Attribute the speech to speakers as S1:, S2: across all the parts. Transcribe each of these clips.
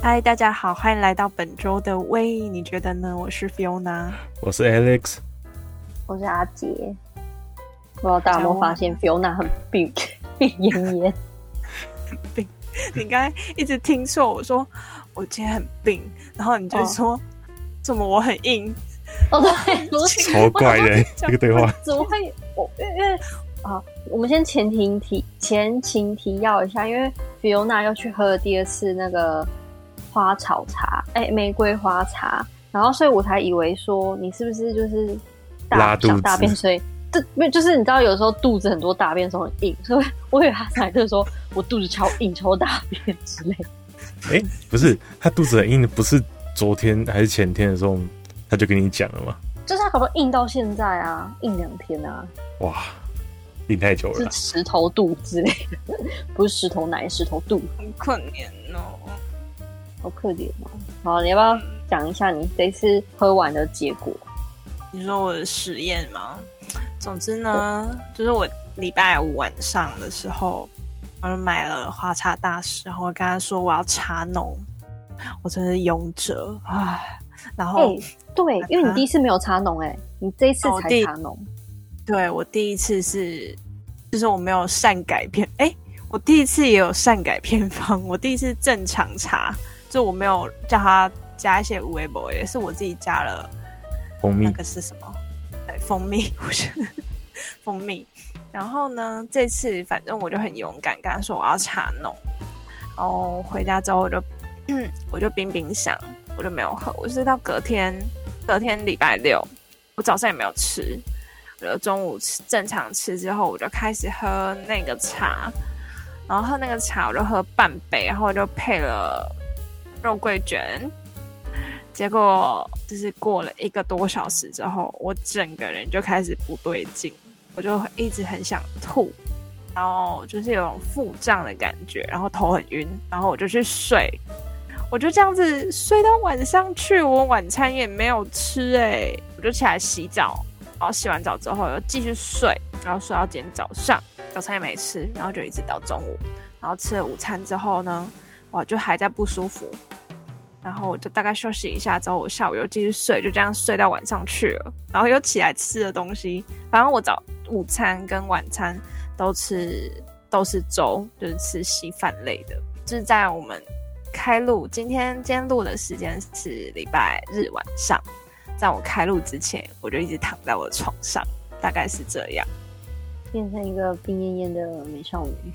S1: 嗨，大家好，欢迎来到本周的喂，你觉得呢？我是 Fiona。
S2: 我是 Alex，
S3: 我是阿杰。不知道大家有没有发现 Fiona 很病病恹恹，
S1: 你刚才一直听错我说我今天很病，然后你就说、怎么我很硬，
S3: 哦 对，我
S2: 超怪的这个对 话。
S3: 怎么会？我因为因为啊，我们先前情提前情提要一下，因为 Fiona 又去喝了第二次那个花草茶，哎、玫瑰花茶，然后所以我才以为说你是不是就是
S2: 拉
S3: 大
S2: 肚子
S3: 想大便，所以这没有就是你知道有时候肚子很多大便的时候很硬，所以我以为他上来就是说我肚子超硬超大便之类的。
S2: 哎、不是，他肚子很硬，不是昨天还是前天的时候他就跟你讲了吗？
S3: 就是他搞不好硬到现在啊，硬两天啊，
S2: 哇，硬太久了
S3: 是
S2: 啦，
S3: 石头肚之类的， 不是石头奶，石头肚，
S1: 很困难哦。
S3: 好可怜哦。好，你要不要讲一下你这次喝完的结果？
S1: 你说我的实验吗？总之呢，就是我礼拜五晚上的时候，我就买了花茶大师，然后我跟他说我要茶浓，我真是勇者啊。然
S3: 哎、
S1: 后、
S3: 对，因为你第一次没有茶农，哎，你这一次
S1: 啊哦
S3: 才
S1: 第
S3: 茶农，
S1: 对我第一次是，就是我没有善改偏，哎、我第一次也有善改偏方，我第一次正常查，就我没有叫他加一些无为博，也是我自己加了
S2: 蜂蜜
S1: 那个是什么？对，蜂蜜， 不是蜂蜜。然后呢，这次反正我就很勇敢，跟他说我要茶浓。然后回家之后我就， 我就冰冰箱，我就没有喝。我是到隔天，隔天礼拜六，我早上也没有吃，我就中午吃正常吃之后，我就开始喝那个茶。然后喝那个茶，我就喝半杯，然后我就配了肉桂卷，结果就是过了一个多小时之后，我整个人就开始不对劲，我就一直很想吐，然后就是有种腹胀的感觉，然后头很晕，然后我就去睡，我就这样子睡到晚上去，我晚餐也没有吃、欸，我就起来洗澡，然后洗完澡之后又继续睡，然后睡到今天早上，早餐也没吃，然后就一直到中午，然后吃了午餐之后呢，我就还在不舒服，然后我就大概休息一下之后，我下午又继续睡，就这样睡到晚上去了。然后又起来吃的东西，反正我早午餐跟晚餐都吃都是粥，就是吃稀饭类的。就是在我们开录，今天今天录的时间是礼拜日晚上，在我开录之前，我就一直躺在我的床上，大概是这样。
S3: 变成一个病恹恹的美少女。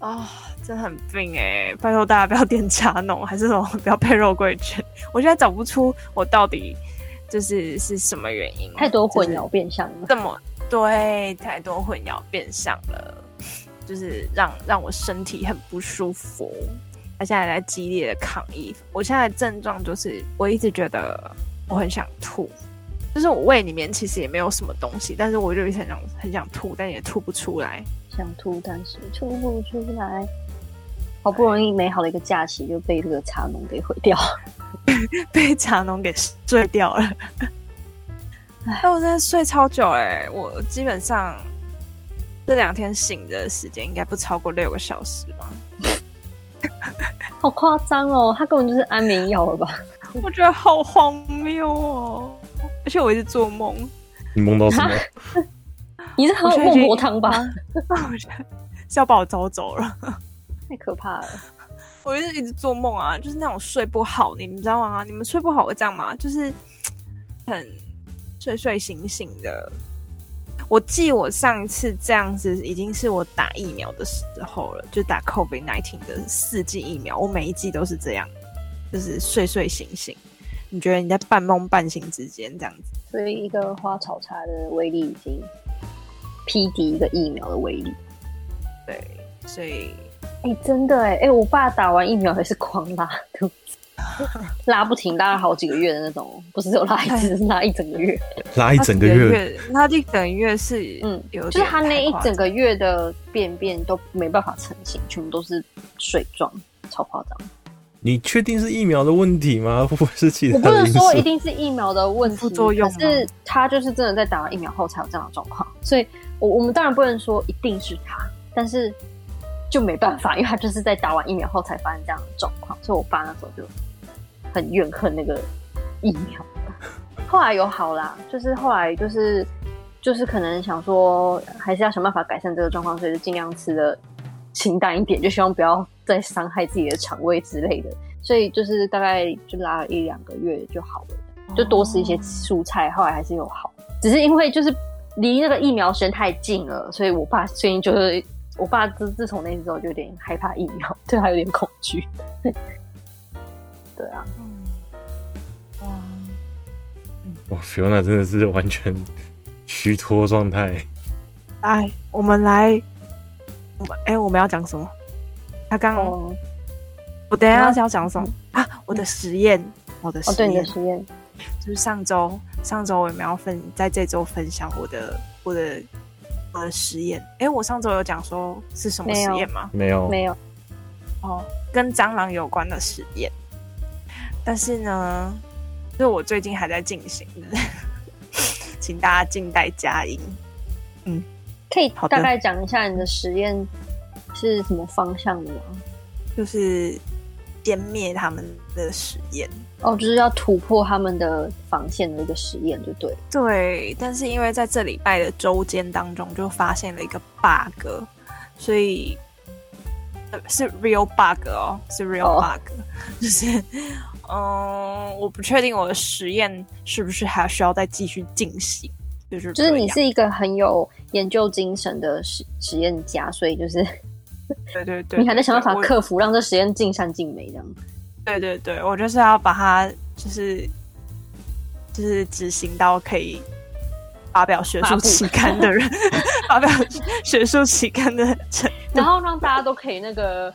S1: 哦，真的很病哎、拜托大家不要点茶农，还是什么 不要配肉桂卷。我现在找不出我到底就是是什么原因，
S3: 太多混
S1: 就是
S3: 淆变相了。
S1: 这么对，太多混淆变相了，就是让让我身体很不舒服。他现在在激烈的抗议，我现在的症状就是我一直觉得我很想吐，就是我胃里面其实也没有什么东西，但是我就一直很想很想吐，但也吐不出来。
S3: 想吐，但是吐不出来。好不容易美好的一个假期就被这个茶农给毁掉。
S1: 被茶农给睡掉了。哎但哎我真的睡超久哎、我基本上这两天醒着的时间应该不超过六个小时吧。
S3: 好夸张哦！他根本就是安眠药了吧？
S1: 我觉得好荒谬哦，而且我一直做梦，
S2: 你梦到什 么？
S3: 你是喝
S1: 我现在已经
S3: 孟婆汤吧？
S1: 我觉得是要把我招走了。
S3: 太可怕了！
S1: 我就是一直做梦啊，就是那种睡不好，你们知道吗？你们睡不好会这样吗？就是很睡睡醒醒的。我记我上一次这样子已经是我打疫苗的时候了，就打 COVID nineteen 的四剂疫苗，我每一季都是这样，就是睡睡醒醒。你觉得你在半梦半醒之间这样子？
S3: 所以一个花草茶的威力已经匹敌一个疫苗的威力。
S1: 对，所以
S3: 哎、真的哎、哎、我爸打完疫苗还是狂拉肚 子，拉不停，拉了好几个月的那种，不是只有拉一次，是拉一整个月。
S2: 拉一整个月，，
S1: 他一整个月是
S3: 嗯
S1: 有
S3: 就
S1: 点
S3: 是他那
S1: 太
S3: 一
S1: 夸张
S3: 整个月的便便都没办法成型，全部都是水状，超夸张。
S2: 你确定是疫苗的问题吗？会不会是其
S3: 我
S2: 他
S3: 不
S2: 的
S3: 能
S2: 因素？
S3: 说一定是疫苗的问题，
S1: 副作用吗
S3: 可是他就是真的在打完疫苗后才有这样的状况，所以我我们当然不能说一定是他，但是就没办法，因为他就是在打完疫苗后才发生这样的状况，所以我爸那时候就很怨恨那个疫苗。后来有好啦，就是后来就是就是可能想说还是要想办法改善这个状况，所以就尽量吃的清淡一点，就希望不要再伤害自己的肠胃之类的。所以就是大概就拉了一两个月就好了，就多吃一些蔬菜，后来还是有好，只是因为就是离那个疫苗时间太近了，所以我爸最近就是我爸自自从那次之后就有点害怕疫苗， 对他有点恐惧。对啊，
S1: 嗯，哇，
S2: 哇，Fiona 真的是完全虚脱状态。
S1: 来，哎我们来，我们哎、我们要讲什么？他刚、
S3: 哦
S1: 我等一
S3: 我
S1: 下
S3: 要
S1: 是要讲什么啊？我的实验，我的
S3: 哦，
S1: 实
S3: 对你
S1: 验、
S3: 的实验，
S1: 就是上周，上周我们要分，在这周分享我的我的我的实验。哎、我上周有讲说是什么
S3: 没
S1: 实
S3: 有
S1: 验吗？
S2: 没有，
S3: 没有，
S1: 哦，跟蟑螂有关的实验，但是呢，就是我最近还在进行的， 请大家静待佳音。
S3: 可以
S1: 好的
S3: 大概讲一下你的实验是什么方向的吗？
S1: 就是歼灭他们的实验。
S3: 哦，就是要突破他们的防线的一个实验，就对了。
S1: 对，但是因为在这礼拜的周间当中就发现了一个 bug，所以、呃、是 real bug 哦，是 real
S3: 哦
S1: bug，、就是嗯，我不确定我的实验是不是还需要再继续进行，就是
S3: 就是
S1: 这
S3: 你
S1: 样
S3: 是一个很有研究精神的实实验家，所以就是
S1: 对对对，
S3: 你还在想办法
S1: 对
S3: 克服，让这实验尽善尽美这样。
S1: 对对对，我就是要把它就是就是执行到可以发表学
S3: 发
S1: 术
S3: 布
S1: 期刊的人， 发表学术期刊的成
S3: 然后让大家都可以那 个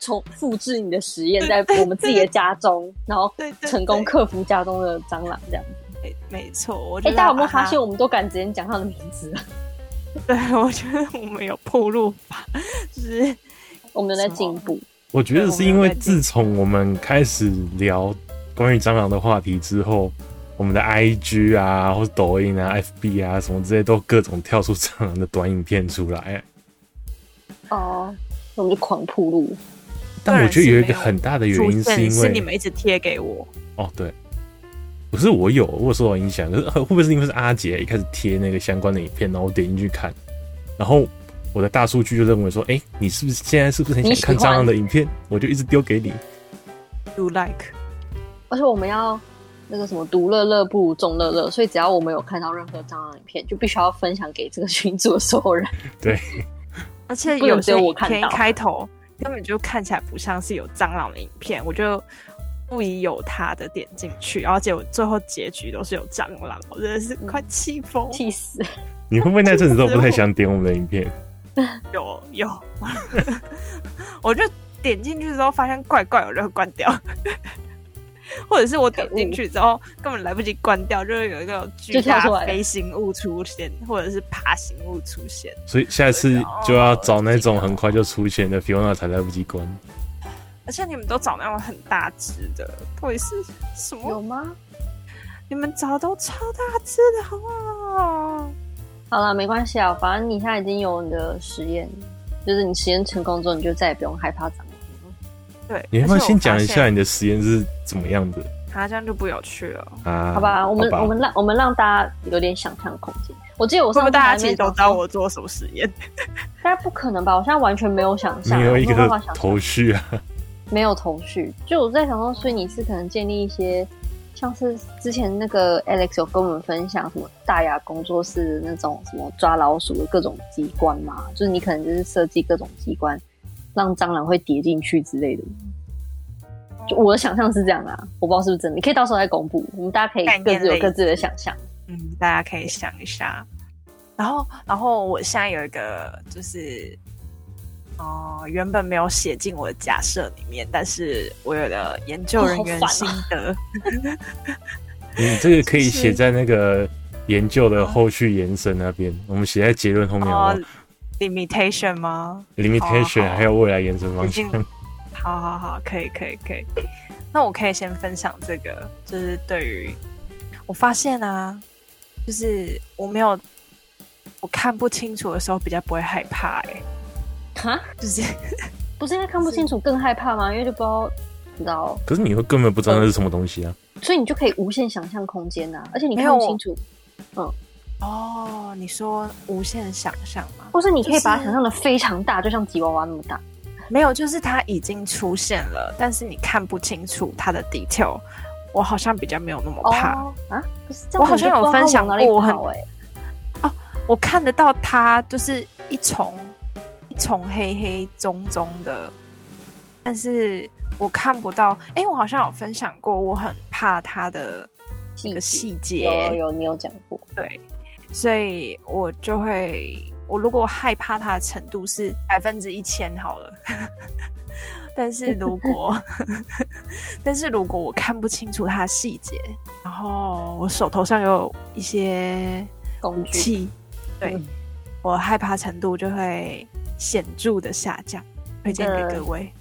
S3: 重复制你的实验，在我们自己的家中，然后
S1: 对对对
S3: 成功克服家中的蟑螂这样。
S1: 没没错，我觉
S3: 哎，
S1: 得
S3: 大家有没有发现，？我们都敢直接讲他的名字了？
S1: 对，我觉得我们有铺路吧，就是
S3: 我们有在进步，
S2: 我觉得是因为自从我们开始聊关于蟑螂的话题之后，我们的 IG 啊，或者抖音啊、FB 啊什么之类，都各种跳出蟑螂的短影片出来。
S3: 哦，我们就狂铺路。
S2: 但我觉得有一个很大的原
S1: 出
S2: 因
S1: 现
S2: 因
S1: 是你
S2: 为
S1: 们一直贴给我，
S2: 哦，对，不是我有，我有受到影响，可是呃会不会是因为是阿杰一开始贴那个相关的影片，然后我点进去看，然后我的大数据就认为说，哎、你是不是现在是不是很想
S3: 你喜
S2: 看
S3: 欢
S2: 蟑螂的影片？我就一直丢给你。
S1: you like，
S3: 而且我们要那个什么独乐乐不如众乐乐，所以只要我们有看到任何蟑螂影片，就必须要分享给这个群组的所有人。
S2: 对，
S1: 而且
S3: 不
S1: 有
S3: 能只
S1: 些
S3: 有
S1: 影
S3: 我看
S1: 片一
S3: 到
S1: 开头根本就看起来不像是有蟑螂的影片，我就不疑有他的点进去，然后结果最后结局都是有蟑螂，我真的是快气疯，
S3: 气死！
S2: 你会不会那阵子都不太想点我们的影片？
S1: 有有， 我就点进去之后发现怪怪，我就会关掉。 或者是我点进去之后根本来不及关掉，就会有一个巨
S3: 就跳
S1: 大
S3: 出来了
S1: 飞行物出现，或者是爬行物出现。
S2: 所以下次就要找那种很快就出现的 Fiona 才来不及关。
S1: 而且你们都找那种很大只的，到底是什么？
S3: 有吗？
S1: 你们找都超大只的，好不好？
S3: 好了，没关系啊，反正你现在已经有你的实验，就是你实验成功之后，你就再也不用害怕蟑螂了。
S1: 对，
S2: 你要不要
S1: 而且我
S2: 先讲一
S1: 发
S2: 下
S1: 现？
S2: 你的实验是怎么样的
S1: 他这样就不有趣了。
S2: 啊？
S3: 好吧，我们
S2: 好吧
S3: 我们让我们让大家有点想象空间。我记得我
S1: 会不
S3: 上
S1: 会
S3: 次
S1: 大家
S3: 还
S1: 其实
S3: 没
S1: 都
S3: 找
S1: 知道，我做什么实验？
S3: 大家不可能吧？我现在完全没有想象，
S2: 没有一
S3: 我办法
S2: 个
S3: 想象
S2: 头绪啊。
S3: 没有头绪。就我在想说，所以你是可能建立一些，像是之前那个 Alex 有跟我们分享什么大雅工作室那种什么抓老鼠的各种机关嘛，就是你可能就是设计各种机关，让蟑螂会叠进去之类的。就我的想象是这样啦，我不知道是不是真的，你可以到时候再公布，我们大家可以
S1: 概念
S3: 各自有
S1: 类
S3: 各自的想象。
S1: 嗯，大家可以想一下。然后，然后我现在有一个就是，哦、原本没有写进我的假设里面，但是我有了研究人员
S3: 哦好
S1: 心
S3: 烦
S1: 得，
S2: 你这个可以写在那个研究的后续延伸那边，我们写在结论后面好
S1: 哦
S2: 不好
S1: limitation 吗？
S2: ？limitation
S1: 好啊
S2: 还有未来延伸方
S1: 已
S2: 向
S1: 经。好好好，可以可以可以。那我可以先分享这个，就是对于我发现啊，就是我没有我看不清楚的时候比较不会害怕、欸，
S3: 哈，
S1: 就是
S3: 不是因为看不清楚更害怕吗？因为就不知道，你知道，
S2: 可是你会根本不知道那是什么东西啊。
S3: 所以你就可以无限想象空间呐、啊而且你看
S1: 没有
S3: 不清楚，
S1: 哦，你说无限想象吗？
S3: 或是你可以把
S1: 就是
S3: 它想象的非常大，就像吉娃娃那么大。
S1: 没有，就是它已经出现了，但是你看不清楚它的 detail。我好像比较没有那么怕，
S3: 哦啊，不是这样，
S1: 我好像有分享过
S3: 我
S1: 我很
S3: 哎、
S1: 我看得到它就是一重一重黑黑棕棕的，但是我看不到。哎、我好像有分享过，我很怕它的
S3: 细
S1: 那个
S3: 节
S1: 细
S3: 有有
S1: 节，
S3: 有，你有讲过，
S1: 对，所以我就会，我如果害怕它的程度是百分之一千好了， 但是如果， 但是如果我看不清楚它的细节，然后我手头上有一些
S3: 工
S1: 武
S3: 具
S1: 器，对
S3: 嗯
S1: 我害怕程度就会显著的下降。推荐给各位，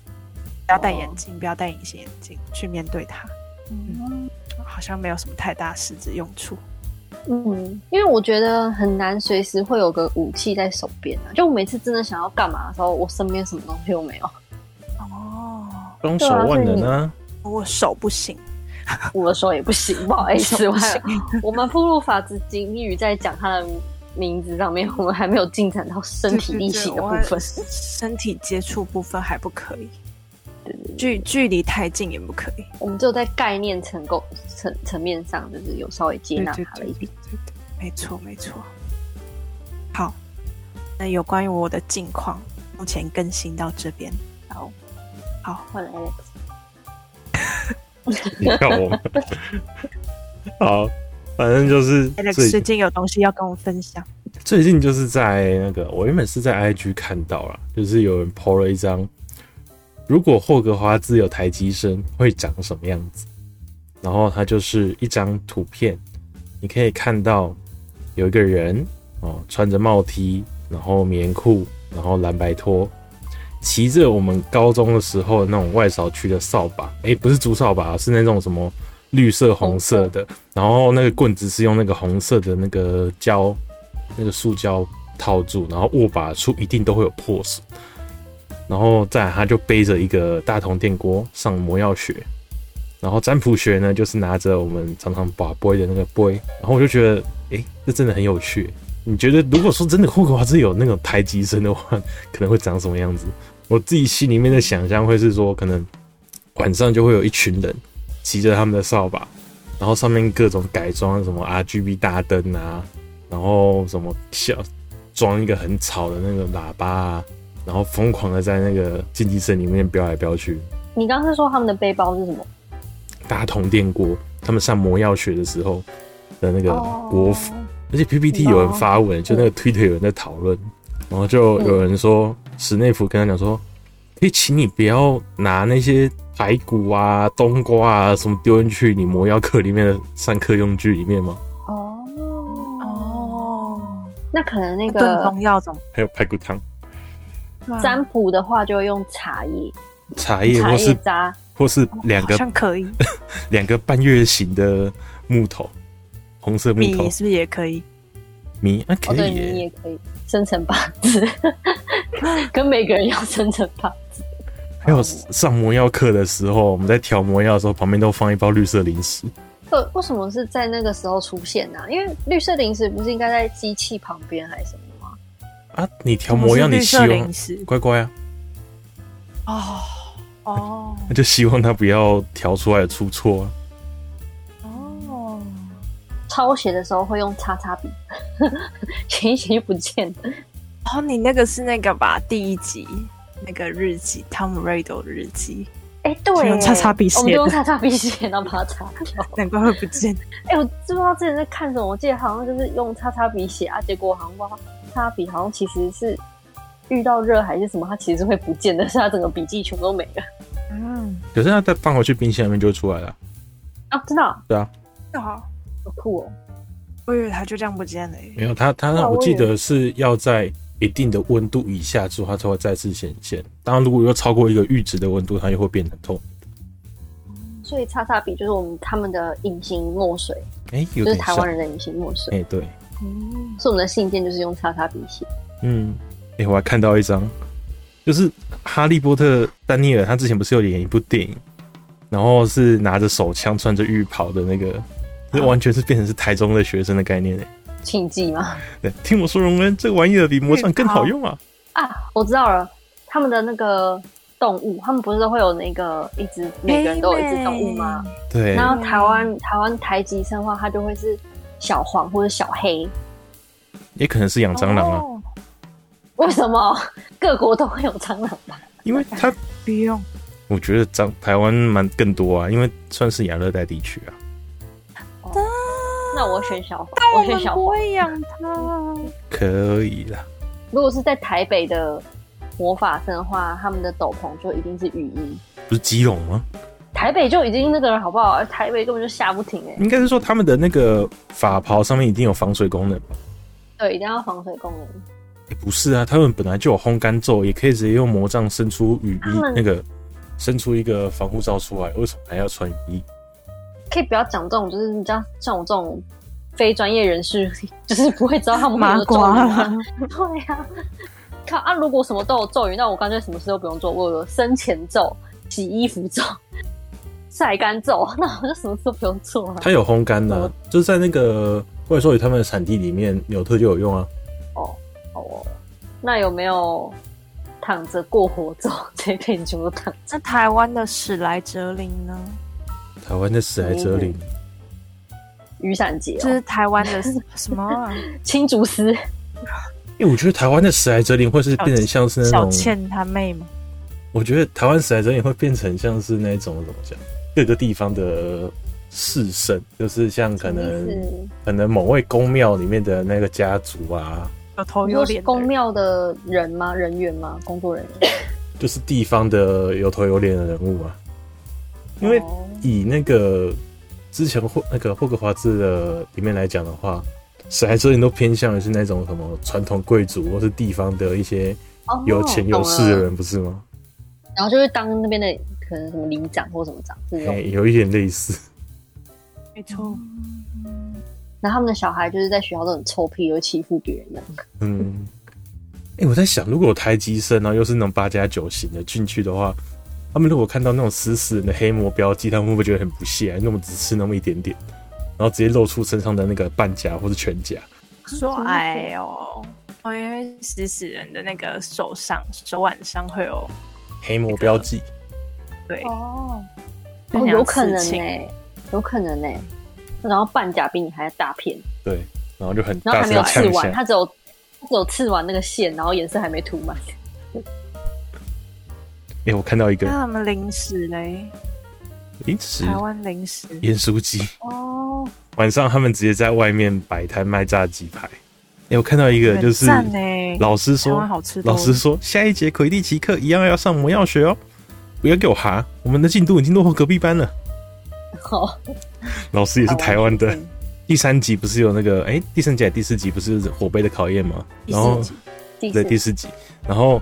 S1: 不要戴眼镜，不要戴隐形眼镜去面对它，
S3: 嗯
S1: 好像没有什么太大实质用处。
S3: 嗯，因为我觉得很难随时会有个武器在手边啊。就我每次真的想要干嘛的时候，我身边什么东西都 没有，
S1: 哦，
S2: 双手万能啊，
S1: 我手不行，
S3: 我的手也不行，不好意思，
S1: 手
S3: 哦哎我
S1: 不
S3: 还
S1: 行。
S3: 我们铺路法之金鱼在讲它的名字上面，我们还没有进展到身体力行的部
S1: 对对对
S3: 分
S1: 我。身体接触部分还不可以，
S3: 对对对
S1: 距距离太近也不可以。
S3: 我们只有在概念层构层层面上，就是有稍微接纳它了一点。
S1: 对对，没错没错。好，那有关于我的近况，目前更新到这边。
S3: 好，
S1: 好，
S3: 换了 Alex，
S2: 你看我们。 好，反正就是最
S1: Alex 最近有东西要跟我分享，
S2: 最近就是在那个，我原本是在 IG 看到了，就是有人 PO 了一张，如果霍格华兹有台机身会长什么样子，然后它就是一张图片，你可以看到有一个人哦，穿着帽 T，然后棉裤，然后蓝白拖，骑着我们高中的时候那种外扫区的扫把，诶、不是竹扫把，是那种什么绿色、红色的，然后那个棍子是用那个红色的那个胶，那个塑胶套住，然后握把处一定都会有破损，然后再来他就背着一个大铜电锅上魔药学。然后占卜学呢，就是拿着我们常常把杯的那个杯，然后我就觉得，诶，这真的很有趣。你觉得如果说真的霍格华兹有那种台级生的话，可能会长什么样子？我自己心里面的想象会是说，可能晚上就会有一群人骑着他们的扫把，然后上面各种改装什么 RGB 大灯啊，然后什么小装一个很吵的那个喇叭啊，然后疯狂的在那个竞技室里面飙来飙去，
S3: 你刚刚是说他们的背包是什么？
S2: 大铜电锅，他们上魔药学的时候的那个
S3: 哦
S2: 国服。而且 PPT
S3: 哦
S2: 有人发文，就那个 Twitter 有人在讨论，然后就有人说史内夫跟他讲说，可以请你不要拿那些排骨啊、冬瓜啊什么丢进去你魔药课里面的上课用具里面吗？
S3: 哦
S1: 哦，
S3: 那可能那
S1: 炖
S3: 个
S1: 中药怎么
S2: 还有排骨汤、
S1: 办
S3: 占卜的话，就会用茶叶、
S2: 茶叶
S3: 茶
S2: 或
S3: 叶
S2: 是
S3: 渣。
S2: 或是两
S1: 好
S2: 个
S1: 像可以，
S2: 两个半月形的木头，红色木
S1: 米
S2: 头
S1: 是不是也可以？
S2: 米啊
S3: 哦，
S2: 可
S3: 对，
S2: 以
S3: 你
S2: 耶，
S3: 也可以生辰八字， 跟每个人要生辰八字。
S2: 还有上魔药课的时候，我们在调魔药的时候，旁边都放一包绿色零食。
S3: 呃，为什么是在那个时候出现呢、因为绿色零食不是应该在机器旁边还是什么的吗？
S2: 啊，你调魔药，
S1: 是
S2: 你哦
S1: 绿
S2: 希
S1: 色
S2: 望
S1: 零食
S2: 乖乖啊，
S1: 哦哦
S2: 那就希望他不要调出来出错啊。
S1: 哦，
S3: 抄写的时候会用叉叉笔， 写一写就不见了。
S1: 哦，你那个是那个吧？第一集那个日记，汤姆瑞斗日记，
S3: 哎、对
S1: 是
S3: 耶，
S1: 用叉叉笔写的
S3: 我们就用叉叉笔写，然后把它擦掉。
S1: 难怪会不见。
S3: 哎、我知不知道之前在看什么？我记得好像就是用叉叉笔写啊，结果好像哇，叉叉笔好像其实是遇到热还是什么，它其实会不见的，是 它整个笔记全部都没了
S1: 嗯，
S2: 可是他再放回去冰箱里面就会出来了。
S3: 啊！真的啊、
S1: 好，
S3: 好酷哦！
S1: 我以为它就这样不见了耶。
S2: 没有，他他
S3: 那我
S2: 我记
S3: 以为
S2: 得是要在一定的温度以下之后，它才会再次显现。当然，如果又超过一个阈值的温度，它又会变得透。
S3: 所以叉叉笔就是我们他们的隐形墨水，
S2: 哎、有
S3: 就是
S2: 点
S3: 台
S2: 像。
S3: 湾人的隐形墨水
S2: 哎、。对，
S3: 是我们的信件就是用叉叉笔写。
S2: 嗯，哎、我还看到一张就是哈利波特丹尼尔他之前不是有演一部电影，然后是拿着手枪穿着浴袍的那个，这
S3: 啊
S2: 完全是变成是台中的学生的概念嘞。
S3: 庆忌吗？
S2: 对，听我说，荣恩，这个玩意儿比魔杖更好用啊！
S3: 啊，我知道了，他们的那个动物，他们不是都会有那个一只，每个人都有一只动物吗？
S2: 对，
S3: 然后台湾台湾台籍生的话，它就会是小黄或者小黑。
S2: 也可能是养蟑螂啊，
S1: 哦
S3: 为什么各国都会有蟑螂 吧？
S2: 因为它
S1: 不用。
S2: 我觉得蟑台湾蛮更多啊，因为算是亚热带地区啊。
S3: 那我选小黄，
S1: 但我
S3: 选
S1: 们
S3: 小
S1: 不
S3: 黄。
S1: 会养它。
S2: 可以啦，
S3: 如果是在台北的魔法生的话，他们的斗篷就一定是雨衣。
S2: 不是基隆吗？
S3: 台北就已经那个了，好不好？台北根本就下不停哎、
S2: 应该是说他们的那个法袍上面一定有防水功能吧？
S3: 对，一定要防水功能。
S2: 诶不是啊，他们本来就有烘干咒，也可以直接用魔杖伸出雨
S3: 他
S2: 衣
S3: 们
S2: 那个伸出一个防护罩出来，为什么还要穿雨衣？
S3: 可以不要讲这种，就是你知道，像我这种非专业人士， 就是不会知道他们会有
S1: 麻
S3: 的咒
S1: 瓜
S3: 语 啊。对呀、看啊，如果什么都有咒语，那我干脆什么事都不用做。我有生前咒、洗衣服咒、晒干咒，那我就什么事都不用做啊。
S2: 它有烘干的啊、
S3: 哦
S2: 就是在那个怪兽与他们的产地里面，纽特就有用啊。
S3: 哦，好哦。那有没有躺着过活咒？这一辈子全部躺着。
S1: 那台湾的史莱哲林呢？
S2: 台湾的史莱哲林，
S3: 雨伞节、
S1: 就
S3: 哦、
S1: 是台湾的 什么啊？
S3: 青竹丝，
S2: 因为我觉得台湾的史莱哲林会是变成像是那
S1: 小
S2: 种，
S1: 倩她妹吗？
S2: 我觉得台湾史莱哲林会变成像是那种怎么讲，各个地方的士绅，就是像可
S3: 什么意
S2: 能
S3: 思
S2: 可能某位宫庙里面的那个家族啊，
S1: 有头
S3: 你
S1: 有
S3: 说是
S1: 脸。
S3: 公，庙的人吗？人员吗？工作人员？
S2: 就是地方的有头有脸的人物啊。因为
S3: 哦
S2: 以那个之前霍那个霍格华兹的里面来讲的话，史莱哲林都偏向于是那种什么传统贵族或是地方的一些
S3: 哦
S2: 有钱有势
S3: 懂
S2: 的
S3: 了
S2: 人，不是吗？
S3: 然后就会当那边的可能什么里长或什么长这
S2: 哎、
S3: 种，
S2: 有一点类似。
S1: 没错。
S3: 然后他们的小孩就是在学校都很臭屁，又欺负别人的。
S2: 嗯，哎、我在想，如果有台积生，然后又是那种八加九型的进去的话，他们如果看到那种死死人的黑魔标记，他们会不会觉得很不屑、啊？那么只吃那么一点点，然后直接露出身上的那个半甲或是全甲？
S1: 说哎哦，哦，因为食死人的那个手上、手腕上会有
S2: 黑魔 标记，
S1: 对，
S3: 哦，
S1: 那样
S3: 有可能
S1: 刺
S3: 呢、
S1: 青
S3: 有可能呢、然后半甲比你还大片，
S2: 对，然后就很
S3: 然
S2: 大
S3: 后还没
S2: 声
S3: 有
S2: 地
S3: 刺
S2: 呛一
S3: 完，
S2: 下。
S3: 它只有它只有刺完那个线，然后颜色还没涂满。
S2: 哎、我看到一
S1: 那
S2: 个
S1: 他们零食嘞，
S2: 零食
S1: 台湾零食
S2: 盐酥鸡，
S3: 哦，
S2: 晚上他们直接在外面摆摊卖炸鸡排。哎、我看到一个
S1: 很
S2: 就是
S1: 赞呢。
S2: 老师
S1: 台
S2: 说
S1: 湾好吃，多
S2: 老师说下一节魁地奇课一样要上魔药学哦，不要给我哈，我们的进度已经落后隔壁班了。
S3: 好，
S2: 老师也是台
S1: 啊
S2: 湾的
S3: 嗯。
S2: 第三集不是有那个哎、第三集还是第四集不是火杯的考验吗？
S1: 第
S2: 然后
S1: 四集
S3: 第
S2: 对
S3: 四
S2: 第四集，然后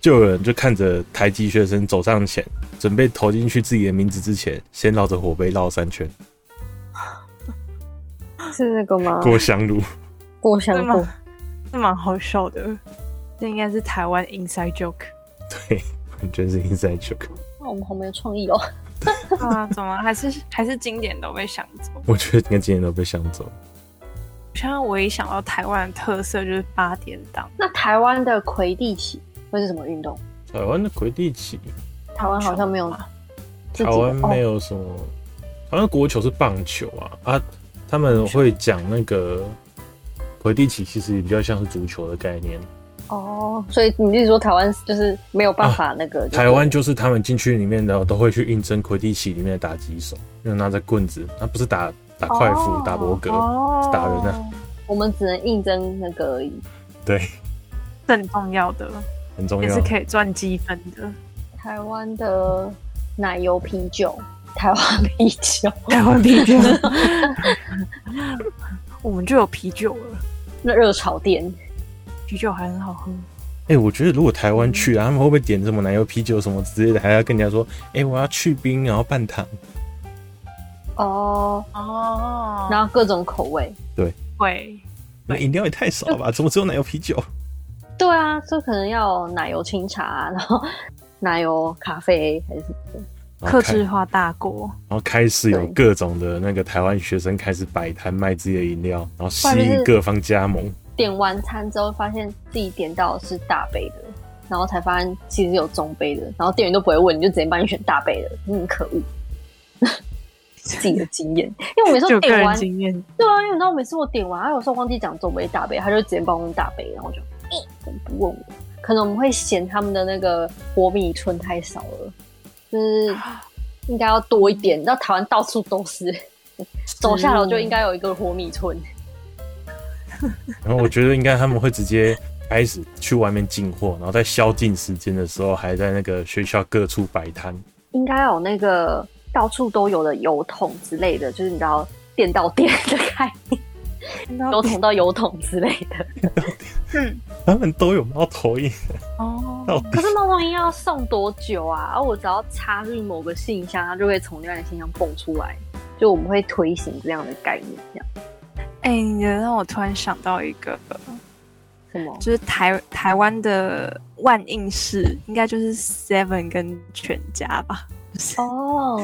S2: 就有人就看着台籍学生走上前，准备投进去自己的名字之前，先绕着火杯绕三圈，
S3: 是那个
S1: 啊
S3: 吗？
S2: 过香炉。
S3: 过香
S1: 是
S3: 过
S1: 吗？是蛮好笑的，这应该是台湾 inside joke
S2: 对，完全是 inside joke。
S3: 哇，我们好没有创意哦。
S1: 啊？怎么还是还是经典都被想走？
S2: 我觉得应该今天都被抢走。
S1: 现在唯一想到台湾的特色就是八点档，
S3: 那台湾的魁地奇会是什么运动？
S2: 台湾的魁地奇，
S3: 台湾好啊像没有自己
S2: 台
S3: 的
S2: 湾没
S3: 哦
S2: 有什么，台湾国球是棒球啊啊，他们会讲那个魁地奇，其实比较像是足球的概念。
S3: 哦，所以你是说台湾就是没有办法那个、就是
S2: 啊台湾就是他们进去里面的都会去应征魁地奇里面的打击手，就拿着棍子，他不是打打快腹、
S3: 哦
S2: 打伯格，
S1: 哦
S2: 是打人啊，
S3: 我们只能应征那个而已。
S2: 对，
S1: 更重要的
S2: 很重
S1: 也
S2: 要
S1: 是。可以赚积分的。
S3: 台湾的奶油啤酒，台湾啤酒，
S1: 台湾啤酒， 我们就有啤酒了，
S3: 那热炒店
S1: 啤酒还很好喝。
S2: 哎、我觉得如果台湾去啊，他们会不会点什么奶油啤酒什么之类的，还要跟人家说，哎、我要去冰，然后半糖。
S3: 哦，
S1: 哦
S3: 然后各种口味，
S1: 会
S2: 那饮料也太少了吧？怎么只有奶油啤酒？
S3: 对啊，就可能要奶油清茶啊、然后奶油咖啡还是什么的。
S2: 然后
S1: 克
S2: 开
S1: 制化大锅，
S2: 然后开始有
S3: 对
S2: 各种的那个台湾学生开始摆摊卖自己的饮料，然后吸
S3: 不然就
S2: 引
S3: 是
S2: 各方加 盟。
S3: 点完餐之后，发现自己点到的是大杯的，然后才发现其实有中杯的，然后店员都不会问，你就直接帮你选大杯的，嗯，可恶。 自己的经验，因为我每
S1: 就
S3: 次都
S1: 有个
S3: 点
S1: 人
S3: 完，
S1: 经验，
S3: 对啊，因为你知道每次我点完，他有时候忘记讲中杯大杯，他就直接帮我用大杯，然后我就，嗯，不问我，可能我们会嫌他们的那个活米春太少了， 就是应该要多一点。你知道台湾到处都是，走下楼就应该有一个活米春。
S2: 然后我觉得应该他们会直接开始去外面进货，然后在宵禁时间的时候还在那个学校各处摆摊。
S3: 应该有那个到处都有的油桶之类的，就是你知道店到店的概念，
S1: 然后
S3: 油桶到油桶之类的。
S1: 嗯
S2: 他们都有猫头鹰，到
S1: 哦，
S2: 底
S3: 可是猫头鹰要送多久啊？而我只要插入某个信箱，它就会从另外一个信箱蹦出来。就我们会推行这样的概念，这样
S1: 哎、你让我突然想到一个，
S3: 什么？
S1: 就是台台湾的万应市，应该就是 Seven 跟全家吧。就是
S3: 哦，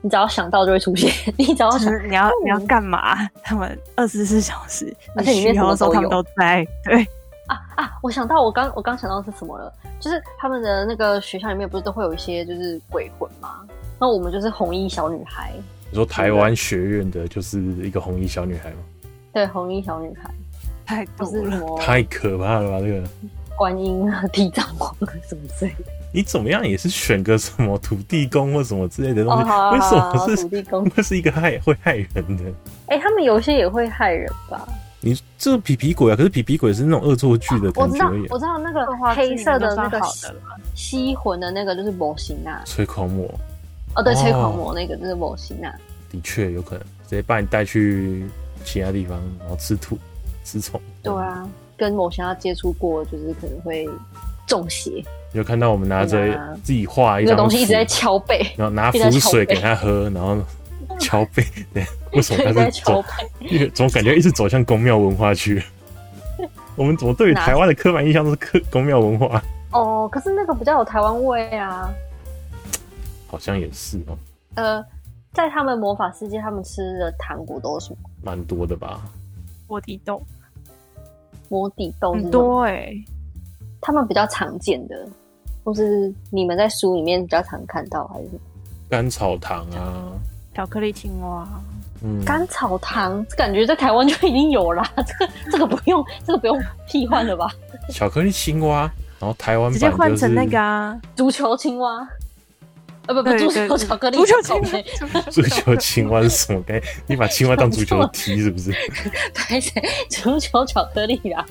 S3: 你只要想到就会出现，你只要
S1: 就
S3: 想，
S1: 是你要
S3: 嗯
S1: 你要干嘛？他们二十四小时，
S3: 而且
S1: 你
S3: 里面
S1: 需要的时候他
S3: 什么
S1: 们
S3: 都
S1: 都在。对，
S3: 啊，我想到我刚我刚想到是什么了，就是他们的那个学校里面不是都会有一些就是鬼魂吗？那我们就是红衣小女孩，
S2: 你说台湾学院的就是一个红衣小女孩吗？
S3: 对，红衣小女孩。
S1: 太
S3: 不
S1: 多
S3: 是
S1: 了
S3: 什。么
S2: 太可怕了吧！这个
S3: 观音啊、地藏王啊什么之类 的。
S2: 你怎么样也是选个什么土地公或什么之类的东
S3: 哦，
S2: 西，
S3: 好
S2: 啊为
S3: 好
S2: 什
S3: 好
S2: 么
S3: 好，土
S2: 是
S3: 地 公。
S2: 那是一个害会害人的？
S3: 哎、他们有些也会害人吧？
S2: 你这皮皮鬼啊，可是皮皮鬼是那种恶作剧的
S3: 我
S2: 感
S3: 知
S2: 觉
S3: 道
S2: 而已，啊，
S3: 我知道那个
S1: 动画
S3: 黑色
S1: 的
S3: 的那个
S1: 好的了，
S3: 吸魂的那个就是魔形啊，
S2: 吹狂魔
S3: 哦，对，
S2: 哦
S3: 吹狂魔那个就是魔形啊。
S2: 的确有可能直接把你带去其他地方，然后吃土吃虫。
S3: 对，啊，跟魔形啊接触过，就是可能会中邪。
S2: 有看到我们拿
S3: 对
S2: 着
S3: 啊
S2: 自己画一
S3: 那个
S2: 张
S3: 东西一直在
S2: 符
S3: 敲背，
S2: 然后拿
S3: 一直在
S2: 符
S3: 敲
S2: 水给
S3: 背
S2: 他喝，然 后敲背。对，为什
S3: 一
S2: 么
S3: 直
S2: 他
S3: 在
S2: 是
S3: 敲
S2: 走
S3: 背？。
S2: 越总感觉一直走向宫庙文化去？我们怎么对于
S3: 哪
S2: 台湾的刻板印象都是刻宫庙文化？
S3: 哦，可是那个比较有台湾味啊。
S2: 好像也是哦，
S3: 呃，在他们魔法世界，他们吃的糖果都是什么？
S2: 蛮多的吧？
S1: 卧底豆
S3: 摸底豆是
S1: 很
S3: 什么
S1: 多哎、
S3: 他们比较常见的，或是你们在书里面比较常看到，还是什么
S2: 甘草糖啊，
S1: 巧克力青蛙，
S2: 嗯，
S3: 甘草糖，感觉在台湾就已经有啦。 这个这个不用，这个不用替 换了吧？
S2: 巧克力青蛙，然后台湾
S1: 直
S2: 版
S1: 接
S2: 就是
S1: 换成那个啊，
S3: 足球青蛙，呃，不不，
S1: 对
S3: 足
S1: 对
S3: 球
S1: 对
S3: 巧克力，
S1: 足球青蛙
S3: 对，
S2: 足球青蛙是什么概念？你把青蛙当足球踢是不是？
S3: 拍谁？足球巧克力啦，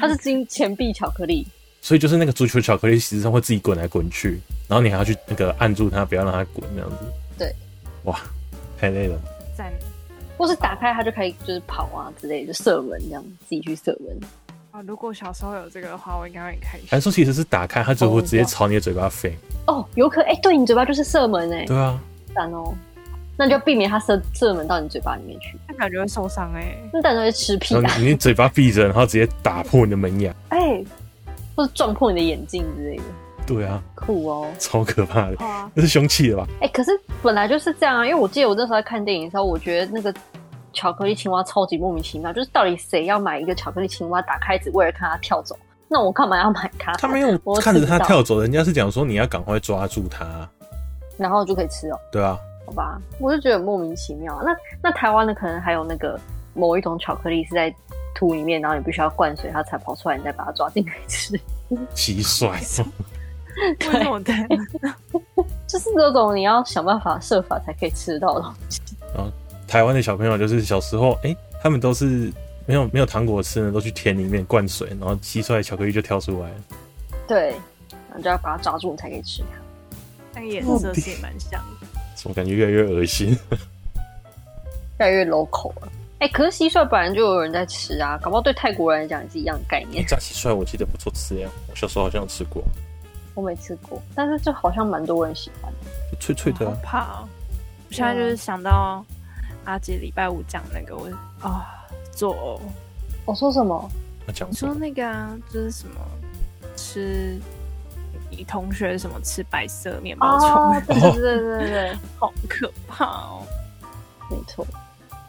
S3: 它是金钱币巧克力。
S2: 所以就是那个足球巧克力，实际上会自己滚来滚去，然后你还要去那个按住它，不要让它滚那样子。
S3: 对，
S2: 哇，太累了。
S1: 在
S3: 或是打开它就可以就是跑啊之类的，就射门这样，自己去射门。
S1: 啊，如果小时候有这个的话，我应该会很开
S2: 还
S1: 心。
S2: 是说其实是打开，它就会直接朝你的嘴巴飞。
S3: 哦，有可哎、对你嘴巴就是射门哎、
S2: 对啊，
S3: 赞哦，那你就避免它射射门到你嘴巴里面去。
S1: 那感觉会受伤哎、
S3: 那当然会吃屁
S2: 然
S3: 啦，
S2: 后你嘴巴闭着，然后直接打破你的门牙。
S3: 哎、或者撞破你的眼镜之类的，
S2: 对啊，
S3: 酷哦！
S2: 超可怕的，
S1: 好 啊，
S2: 那是凶器了吧？
S3: 哎、可是本来就是这样啊，因为我记得我那时候在看电影的时候，我觉得那个巧克力青蛙超级莫名其妙，就是到底谁要买一个巧克力青蛙，打开只为了看它跳走？那我干嘛要买它？
S2: 他没有
S3: 我
S2: 看着它
S3: 知道，
S2: 跳走，人家是讲说你要赶快抓住它，
S3: 然后就可以吃哦，
S2: 对啊，
S3: 好吧？我就觉得很莫名其妙啊。那那台湾的可能还有那个某一种巧克力是在土里面，然后你必须要灌水，它才跑出来，你再把它抓进来吃。
S2: 蟋蟀。
S1: 为什么在
S3: 就是这种你要想办法设法才可以吃得到的东西。
S2: 台湾的小朋友就是小时候，哎、他们都是没有没有糖果吃呢，都去田里面灌水，然后蟋蟀巧克力就跳出来了。
S3: 对，然后就要把它抓住，你才可以吃它。
S1: 那个颜色是也蛮像的，
S2: 怎么感觉越来越恶心？
S3: 越来越 local 了。哎、可是蟋蟀本来就有人在吃啊，搞不好对泰国人来讲也是一样的概念。
S2: 炸蟋蟀我记得不错吃呀，我小时候好像有吃过，
S3: 嗯我没吃过，但是就好像蛮多人喜欢。
S2: 就脆脆的
S1: 好
S2: 啊、
S1: 怕哦！我现在就是想到哦阿杰礼拜五讲那个，我啊、作呕，
S3: 我说什么？
S2: 要讲
S1: 你
S2: 什
S1: 说
S2: 么？
S1: 那个啊，就是什么吃你同学什么吃白色面包虫，
S3: 哦，对对对对对 对，
S1: 好可怕哦！
S3: 没错，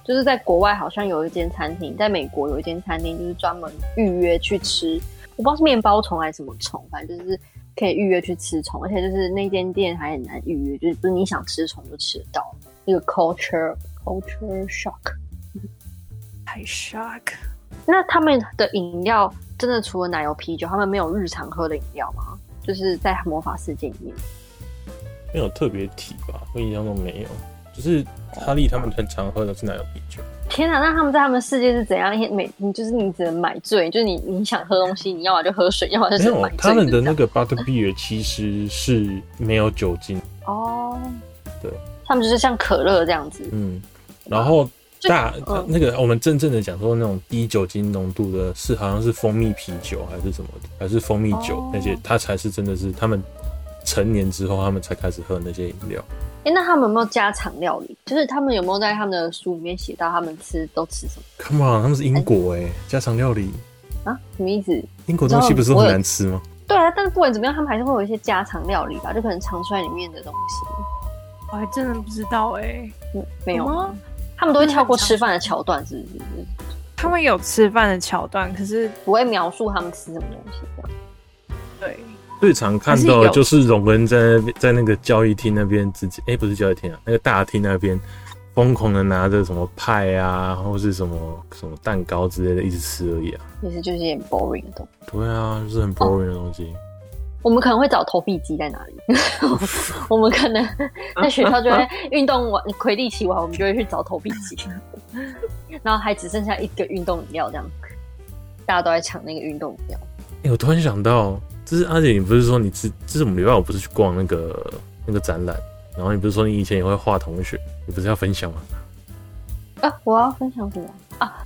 S3: 就是在国外好像有一间餐厅，在美国有一间餐厅就是专门预约去吃，我不知道是面包虫还是什么虫，反正就是可以预约去吃虫，而且就是那间店还很难预约，就是不是你想吃虫就吃得到，一个 culture culture shock。
S1: 太 shock，
S3: 那他们的饮料真的除了奶油啤酒，他们没有日常喝的饮料吗？就是在魔法世界里面，
S2: 没有特别提吧，我印象中没有。就是哈利他们很常喝的是奶油啤酒，
S3: 天哪！那他们在他们世界是怎样？每你就是你只能买醉，就是你你想喝东西，你要么就喝水，要么就
S2: 没
S3: 是买
S2: 有
S3: 醉。
S2: 他们的
S3: 就这
S2: 那
S3: 样
S2: 个 butterbeer 其实是没有酒精，
S3: 哦，
S2: 对，
S3: 他们就是像可乐这样子，
S2: 嗯，然后
S3: 就
S2: 大、
S3: 嗯
S2: 那个我们真正的讲说那种低酒精浓度的是好像是蜂蜜啤酒还是什么的，还是蜂蜜酒、
S3: 哦
S2: 那些，它才是真的是他们成年之后他们才开始喝那些饮料。
S3: 哎、那他们有没有家常料理？就是他们有没有在他们的书里面写到他们吃都吃什
S2: Come on，他们是英国哎、家常料理，
S3: 么啊？什么意思？
S2: 英国东西不是都很难吃吗？
S3: 对啊，但是不管怎么样，他们还是会有一些家常料理吧，就可能尝出来里面的东西。
S1: 我还真的不知道哎、
S3: 嗯，没有
S1: 吗？
S3: 他们都会跳过吃饭的桥段，是不是？就是
S1: 他们有吃饭的桥段，可是
S3: 不会描述他们吃什么东西这样。
S1: 对，
S2: 最常看到的就是荣恩在那边在那个交易厅那边直接，哎、不是交易厅啊，那个大厅那边疯狂的拿着什么派啊，或是什么什么蛋糕之类的一直吃而已啊。
S3: 其实就是有点 boring 的东西。
S2: 对啊，就是很 boring 的东西。
S3: 我们可能会找投币机在哪里， 我们可能在学校就会运动完魁地奇完，我们就会去找投币机，然后还只剩下一个运动饮料这样，大家都在抢那个运动饮料。
S2: 哎、我突然想到，就是阿姐，你不是说你之，就是我们礼拜五不是去逛那个那个展览，然后你不是说你以前也会画同学，你不是要分享吗？
S3: 啊，我要分享什么啊？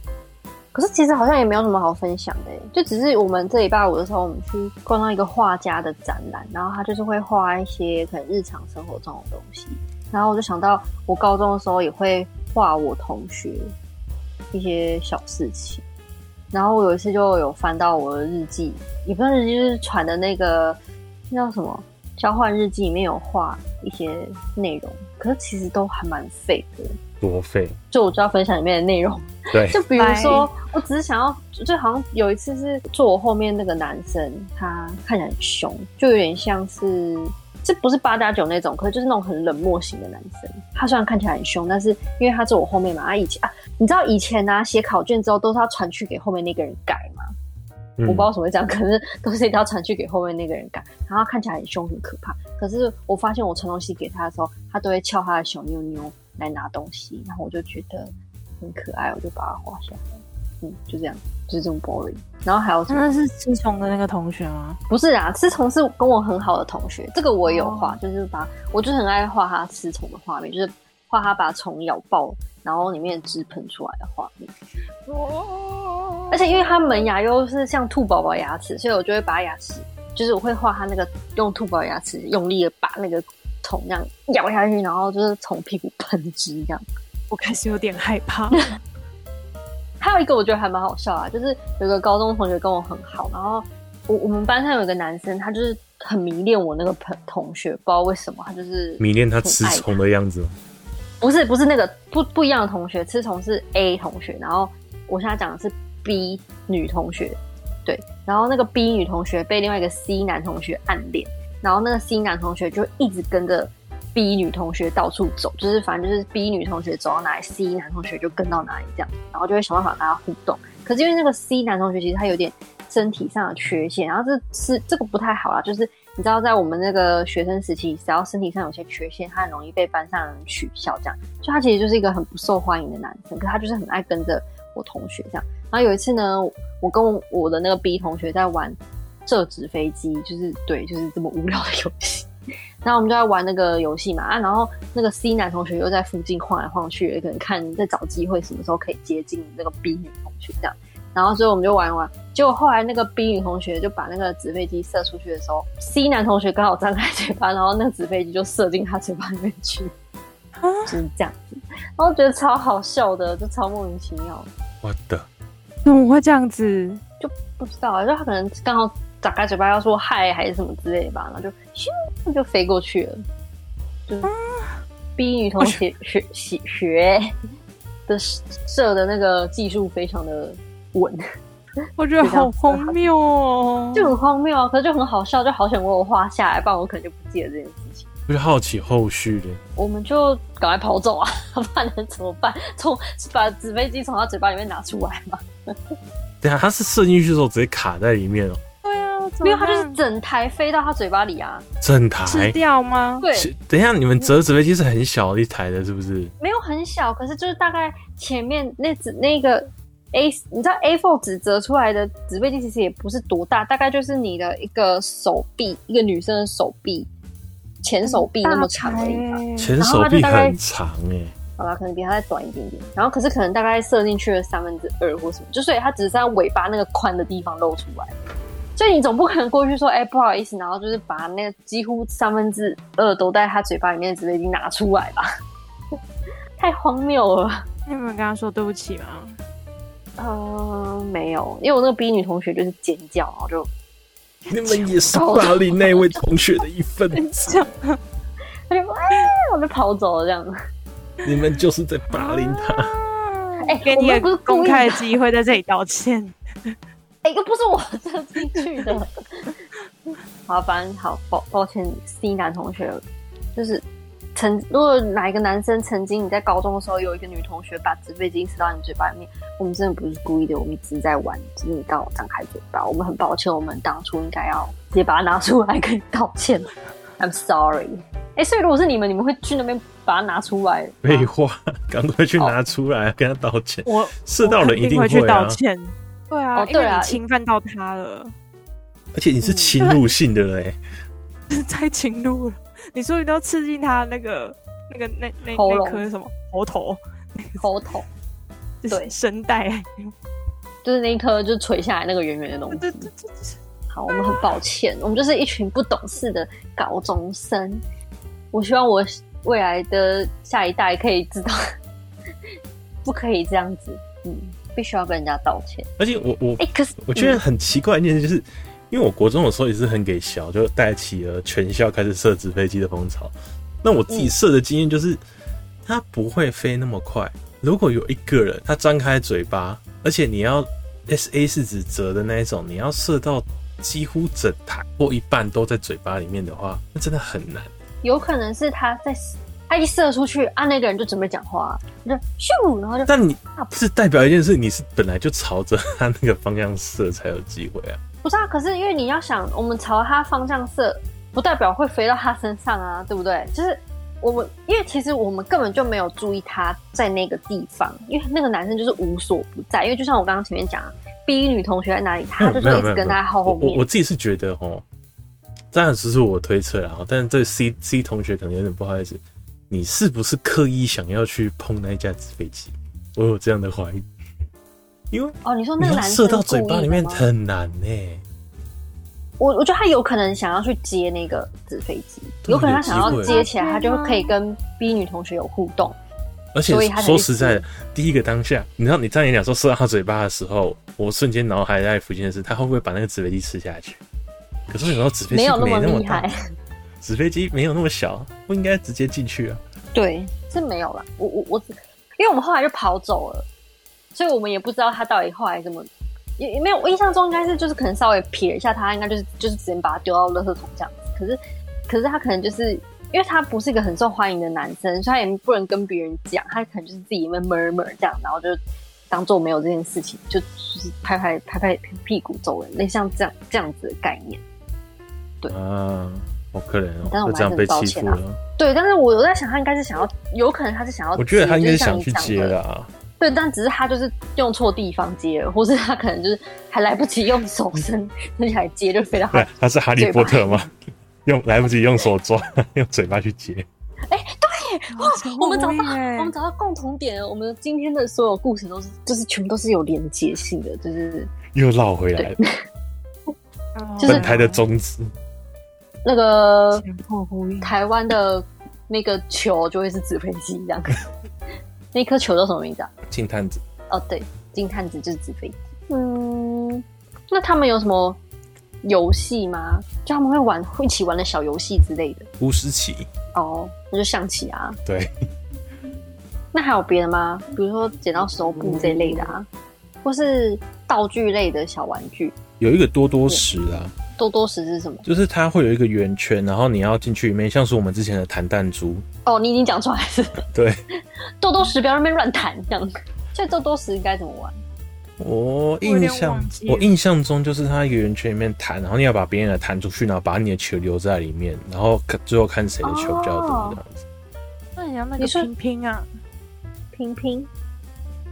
S3: 可是其实好像也没有什么好分享的耶，欸就只是我们这礼拜五的时候，我们去逛到一个画家的展览，然后他就是会画一些可能日常生活中的东西，然后我就想到我高中的时候也会画我同学一些小事情，然后我有一次就有翻到我的日记，也不算日记，就是传的那个那叫什么交换日记里面有画一些内容，可是其实都还蛮废的，
S2: 多费，
S3: 就我就要分享里面的内容。
S2: 对，
S3: 就比如说，我只是想要，就好像有一次是坐我后面那个男生，他看起来很凶，就有点像是，这不是八加九那种，可是就是那种很冷漠型的男生。他虽然看起来很凶，但是因为他坐我后面嘛，他以前啊，你知道以前啊，写考卷之后都是要传去给后面那个人改嘛，
S2: 嗯
S3: 我不知道为什么会这样，可是都是一定要传去给后面那个人看，然后他看起来很凶很可怕。可是我发现我传东西给他的时候，他都会翘他的小妞妞来拿东西，然后我就觉得很可爱，我就把它画下来。嗯，就这样，就是这种 boring。然后还有什么？
S1: 那是吃虫的那个同学吗？
S3: 不是啊，吃虫是跟我很好的同学，这个我也有画，就是把我就是很爱画他吃虫的画面，就是画他把虫咬爆，然后里面的汁喷出来的画面。
S1: 哦
S3: 而且因为它门牙又是像兔宝宝牙齿，所以我就会把牙齿，就是我会画它那个用兔宝宝牙齿用力的把那个虫这样咬下去，然后就是从屁股喷汁这样。
S1: 我开始有点害 怕。
S3: 还有一个我觉得还蛮好笑啊，就是有个高中同学跟我很好，然后我我们班上有一个男生，他就是很迷恋我那个朋同学，不知道为什么他就是
S2: 迷恋他吃
S3: 很爱
S2: 虫的样子吗，
S3: 不是不是那个不不一样的同学，吃虫是 A 同学，然后我现在讲的是 B 女同学，对，然后那个 B 女同学被另外一个 C 男同学暗恋，然后那个 C 男同学就一直跟着 B 女同学到处走，就是反正就是 B 女同学走到哪里，C 男同学就跟到哪里这样，然后就会想办法跟他互动。可是因为那个 C 男同学其实他有点身体上的缺陷，然后这是这个不太好啦，啊就是你知道在我们那个学生时期，只要身体上有些缺陷，他很容易被班上人取笑这样，所以他其实就是一个很不受欢迎的男生，可他就是很爱跟着我同学这样。然后有一次呢，我跟我我的那个 B 同学在玩折纸飞机，就是对，就是这么无聊的游戏。然后我们就在玩那个游戏嘛，啊，然后那个 C 男同学又在附近晃来晃去，也可能看在找机会什么时候可以接近那个 B 女同学这样。然后所以我们就玩一玩，结果后来那个 B 女同学就把那个纸飞机射出去的时候，C 男同学刚好张开嘴巴，然后那个纸飞机就射进他嘴巴里面去，
S1: 啊
S3: 就是这样子。然后觉得超好笑的，就超莫名其妙的。
S2: 我的
S1: 怎么会这样子？
S3: 不知道，啊就他可能刚好打开嘴巴要说嗨还是什么之类的吧，然后就咻就飞过去了，就是逼女同学学学学的射的那个技术非常的稳，
S1: 我觉得好荒谬哦！
S3: 就很荒谬啊，可是就很好笑，就好想我有画下来，不然我可能就不记得这件事情。
S2: 我就好奇后续的，
S3: 我们就赶快跑走啊， 不然能怎么办？从把纸飞机从他嘴巴里面拿出来嘛。
S2: 等一下他是射进去的时候直接卡在里面哦、
S1: 对啊，怎么
S3: 没有，它就是
S1: 办
S3: 整台飞到他嘴巴里啊。
S2: 整
S1: 吃
S2: 台。
S1: 掉吗？
S3: 对，
S2: 是等一下，你们折纸飞机是很小的一台的，是不是？
S3: 没有很小，可是就是大概前面那纸那个 A，你知道 A4 纸折出来的纸背巾其实也不是多大，大概就是你的一个手臂，一个女生的手臂，前手臂那么长而已吧。
S1: 欸
S2: 前手臂很长哎、
S3: 好啦，可能比它再短一点点。然后可是可能大概射进去了三分之二或什么，就所以它只是在尾巴那个宽的地方露出来。所以你总不可能过去说，哎、不好意思，然后就是把那个几乎三分之二都在他嘴巴里面的纸杯巾拿出来吧，太荒谬了。
S1: 你有没有跟他说对不起吗？
S3: 嗯，没有，因为我那个 B 女同学就是尖叫，然后就
S2: 你们也是霸凌那位同学的一 份子，
S1: 这样
S3: 她就啊，我就跑走了这样。
S2: 你们就是在霸凌他。
S1: 啊
S3: 哎
S1: 给你
S3: 我们不
S1: 个
S3: 是故意的
S1: 公开的机会在这里道 歉。
S3: 哎、又不是我射进去的。 好，反正好抱抱歉，C 男同学，就是曾如果哪一个男生曾经你在高中的时候有一个女同学把纸飞机塞到你嘴巴里面，我们真的不是故意的，我们只是在玩，只是你刚好张开嘴巴，我们很抱歉，我们当初应该要直接把它拿出来跟你道歉。I'm sorry。哎、所以如果是你们，你们会去那边把它拿出来？
S2: 废
S1: 啊
S2: 话， 赶快去拿出来跟他道歉。
S1: 我
S2: 射到人一定
S1: 哦我肯定会去
S2: 会啊
S1: 道，歉。对啊，
S3: 哦对啊
S1: 因为你侵犯到他了，
S2: 而且你是侵入性的嘞、
S1: 嗯 太侵入了。你说你都刺进他那个、那个、那那
S3: 喉
S1: 那
S3: 咙
S1: 颗是什么喉头，
S3: 头头
S1: 就是
S3: 对
S1: 声带。
S3: 就是那一颗就垂下来那个圆圆的东西
S1: 对。对对对，
S3: 好，我们很抱歉，我们就是一群不懂事的高中生。我希望我未来的下一代可以知道， 不可以这样子，嗯，必须要跟人家道歉。
S2: 而且我我
S3: 哎、可是
S2: 我觉得
S3: 嗯
S2: 很奇怪一件事，就是因为我国中的时候也是很给小，就带起了全校开始射纸飞机的风潮。那我自己射的经验就是，它不会飞那么快。如果有一个人他张开嘴巴，而且你要 S A 是指折的那一种，你要射到几乎整台或一半都在嘴巴里面的话，那真的很难。
S3: 有可能是他在他一射出去，啊，那个人就准备讲话，就咻，然后就
S2: 但你是代表一件事，你是本来就朝着他那个方向射才有机会啊。
S3: 不是啊。可是因为你要想，我们朝他方向射，不代表会飞到他身上啊，对不对？就是。我们因为其实我们根本就没有注意他在那个地方，因为那个男生就是无所不在。因为就像我刚刚前面讲啊，B 女同学在哪里， 他就是一直跟在后
S2: 我我
S3: 面。
S2: 自己是觉得哦，当然只是我推测啦，但是对 C C 同学可能有点不好意思，你是不是刻意想要去碰那一架纸飞机？我有这样的怀疑，因为
S3: 哦，你说那
S2: 你
S3: 个
S2: 要
S3: 男
S2: 射
S3: 生
S2: 到嘴巴里面
S3: 故意的吗
S2: 很难呢、
S3: 我我觉得他有可能想要去接那个纸飞机，
S2: 对
S3: 有可能他想
S2: 有
S3: 要
S2: 机会
S3: 接起来，他就可以跟 B 女同学有互动。
S2: 而且
S3: 所以他才
S2: 说
S3: 去
S2: 实在的，第一个当下，你知道你张眼讲说射到他嘴巴的时候，我瞬间脑海在浮现的是，他会不会把那个纸飞机吃下去？可是我想到纸飞机
S3: 没有那
S2: 没
S3: 么
S2: 那么
S3: 厉
S2: 大
S3: 害，，
S2: 纸飞机没有那么小，不应该直接进去 啊。
S3: 对，是没有啦。我我我只，因为我们后来就跑走了，所以我们也不知道他到底后来怎么，也也没有。我印象中应该是就是可能稍微瞥一下他，应该就是就是直接把他丢到垃圾桶这样子。可是可是他可能就是因为他不是一个很受欢迎的男生，所以他也不能跟别人讲，他可能就是自己一面 murmur 这样，然后就当做没有这件事情，就就是拍拍拍拍屁股走人，类像这样这样子的概念。
S2: 啊，好可怜
S3: 但
S2: 哦，
S3: 我
S2: 就
S3: 们
S2: 这样被欺负
S3: 还是很抱啊
S2: 了。
S3: 对，但是我我在想，他应该是想要，有可能他是想要接，
S2: 我觉得他应该
S3: 就是是像
S2: 想
S3: 你
S2: 去
S3: 讲
S2: 接
S3: 的
S2: 的啊，
S3: 对，但只是他就是用错地方接了，或是他可能就是还来不及用手 伸伸起来接，就飞到他
S2: 对。，他是哈利波特吗？ 用来不及用手抓， 用嘴巴去接。
S1: 哇
S3: 我们找到
S1: 耶
S3: 我们找到共同点了，我们今天的所有故事都是，就是全部都是有连接性的，就是
S2: 又绕回来了，
S3: 就是呃
S2: 本台的宗旨。
S3: 那个
S1: 哦前后呼应，
S3: 台湾的那个球就会是纸飞机 这样。那颗球叫什么名字啊？
S2: 金探子，
S3: 哦，对，金探子就是纸飞机。那他们有什么游戏吗？就他们会玩会一起玩的小游戏之类的？
S4: 巫师棋，
S3: 哦，那就象棋啊。
S2: 对，
S3: 那还有别的吗？比如说剪刀石头布这一类的啊，或是道具类的小玩具。
S4: 有一个多多石啊，
S3: 多多石是什么？
S4: 就是它会有一个圆圈，然后你要进去里面，像是我们之前的弹弹珠，
S3: 哦，你已经讲出来了。
S4: 对，
S3: 豆豆石不要在那边乱弹，这样。所以豆豆石应该怎么玩？
S4: 我
S1: 有
S4: 印
S1: 点
S4: 象
S1: 忘，记了
S4: 我印象中就是它一个圆圈里面弹，然后你要把别人的弹出去，然后把你的球留在里面，然后看最后看谁的球比较多
S3: 哦
S4: 这样子。
S1: 那你要那
S3: 你
S1: 个
S3: 说
S1: 拼拼啊，
S3: 拼拼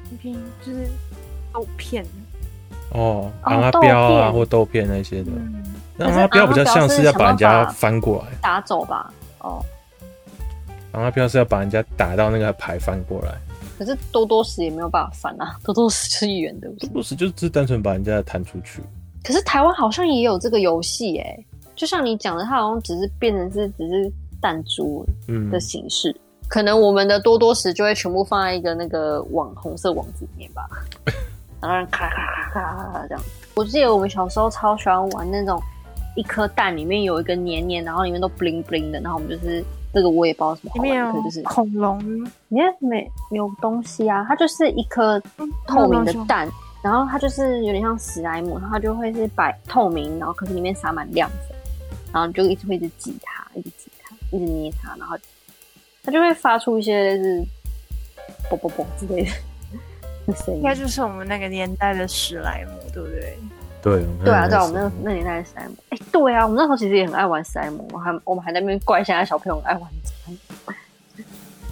S1: 拼拼就是豆片，
S4: 哦，
S3: 哦
S4: 昂阿标啊
S3: 豆片
S4: 或豆片那些的，
S1: 嗯，
S4: 那昂阿标比较像是要把人
S3: 可是昂阿
S4: 家
S3: 标是想办法
S4: 翻过来，
S3: 打走吧。哦，
S4: 昂阿标是要把人家打到那个牌翻过来，
S3: 可是多多石也没有办法翻啊， 多多石就是圆的。不是
S4: 多多石就是单纯把人家的弹出去。
S3: 可是台湾好像也有这个游戏诶，就像你讲的，它好像只是变成是只是弹珠
S4: 嗯
S3: 的，形式。可能我们的多多石就会全部放在一个那个网红色网子里面 吧，然后咔咔咔咔咔这样。我记得我们小时候超喜欢玩那种一颗蛋里面有一个黏黏，然后里面都 bling bling 的，然后我们就是这个我也不知道什么
S1: 里
S3: 好玩
S1: 面
S3: 的，可
S1: 有
S3: 就是
S1: 恐龙，
S3: 你看没没有东西啊，它就是一颗透明的蛋，然后它就是有点像史莱姆，然后它就会是白透明，然后可是里面撒满亮粉，然后你就一直会一直挤它，一直挤它，一直捏它，然后它就会发出一些就是啵啵啵之类 的声
S1: 应
S3: 音。
S1: 该就是我们那个年代的史莱姆，对不对？
S2: 对
S3: 对啊，对啊，我们那个那年代的史莱姆，哎、对啊，我们那时候其实也很爱玩史莱姆，我还我们还在那边怪现在小朋友很爱玩史莱姆。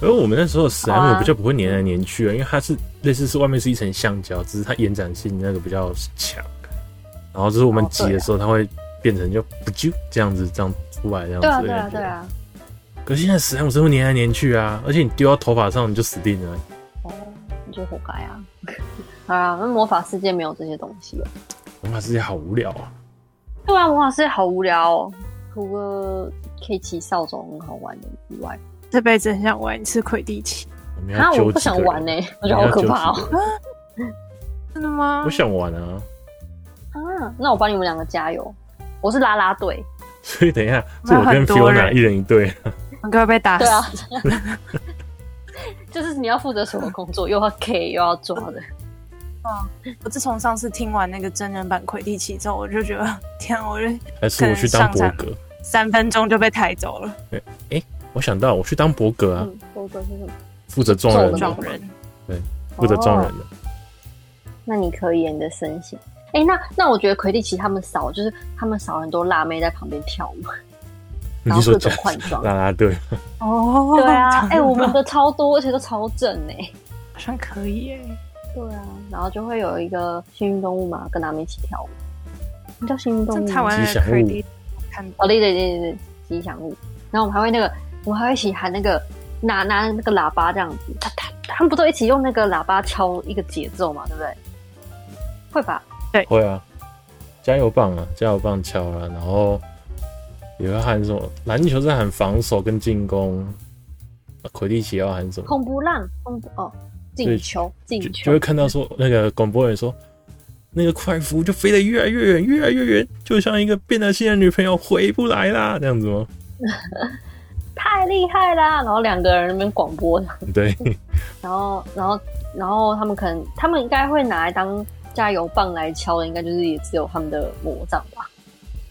S2: 而我们那时候史莱
S3: 好
S2: 姆
S3: 啊
S2: 比较不会粘来粘去啊，因为它是类似是外面是一层橡胶，只是它延展性那个比较强。然后就是我们
S3: 哦对啊
S2: 挤的时候，它会变成就不啾这样子这样出来这样子
S3: 对啊，
S2: 的感觉。
S3: 对啊，对啊。
S2: 可是现在史莱姆是会粘来粘去啊，而且你丢到头发上你就死定了。
S3: 哦，你就活该啊！ 好啊，那魔法世界没有这些东西了。
S2: 魔法世界好无聊啊！
S3: 对啊，魔法世界好无聊哦，除了可以骑扫帚很好玩的以外，
S1: 这辈子很想玩一次魁地奇，
S2: 我们
S3: 啊，
S2: 要
S3: 我
S2: 揪
S3: 不
S2: 几个
S3: 想
S2: 人
S3: 玩呢、我觉得好可怕
S2: 我们要揪几
S3: 哦。
S2: 个人
S1: 真的吗
S2: 我？想玩啊，
S3: 啊，那我帮你们两个加油。我是啦啦队，
S2: 所以等一下
S1: 我
S2: 是
S1: 们
S2: 我跟
S1: 很多
S2: Fiona
S1: 人
S2: 一人一队。
S1: 很快被打
S3: 对
S1: 死。
S3: 啊， 就是你要负责什么工作，又要 K 又要抓的。
S2: 啊
S1: 我自从上次听完那个真人版魁地奇之后，我就觉得天、啊，我就
S2: 还是我去当伯
S1: 可
S2: 格？
S1: 三分钟就被抬走了，
S2: 我想到我去当伯格啊，
S3: 嗯，工作是什么？
S2: 负责撞人
S3: 嗯
S1: 撞
S2: 的，
S1: 人。
S2: 负责
S3: 哦
S2: 撞人的。
S3: 那你可以你的身形。哎、那那我觉得魁地奇他们少，就是他们少很多辣妹在旁边跳舞，然
S2: 你
S3: 后
S2: 说
S3: 各种
S2: 讲
S3: 换装。
S2: 啦啦队，
S1: 哦，
S3: 对 啊，哎、我们
S1: 好
S3: 的超多，而且都超正哎、
S1: 像可以哎、
S3: 对啊，然后就会有一个幸运动物嘛，跟他们一起跳舞。你叫幸运动
S1: 这
S3: 物吗？
S1: 台湾
S2: 吉
S1: 的
S2: 祥物
S1: c r e d i 看
S3: 哦，对对对对对，吉祥物。然后我们还会那个，我们还会一起喊那个，拿拿那个喇叭这样子，他他他们不都一起用那个喇叭敲一个节奏嘛，对不对？会吧？
S2: 会啊，加油棒啊，加油棒敲啊，然后也会喊什么？篮球是喊防守跟进攻，啊魁地奇要喊什么？
S3: 恐怖浪，恐怖哦，进
S2: 对
S3: 球，进
S2: 就就
S3: 球
S2: 会，看到说那个广播人说，那个快服就飞得越来越远，越来越远，就像一个变了心的女朋友回不来啦，这样子吗？
S3: 太厉害啦！然后两个人在那边广播，
S2: 对，
S3: 然后，然后，然后他们可能，他们应该会拿来当加油棒来敲的，应该就是也只有他们的魔杖吧。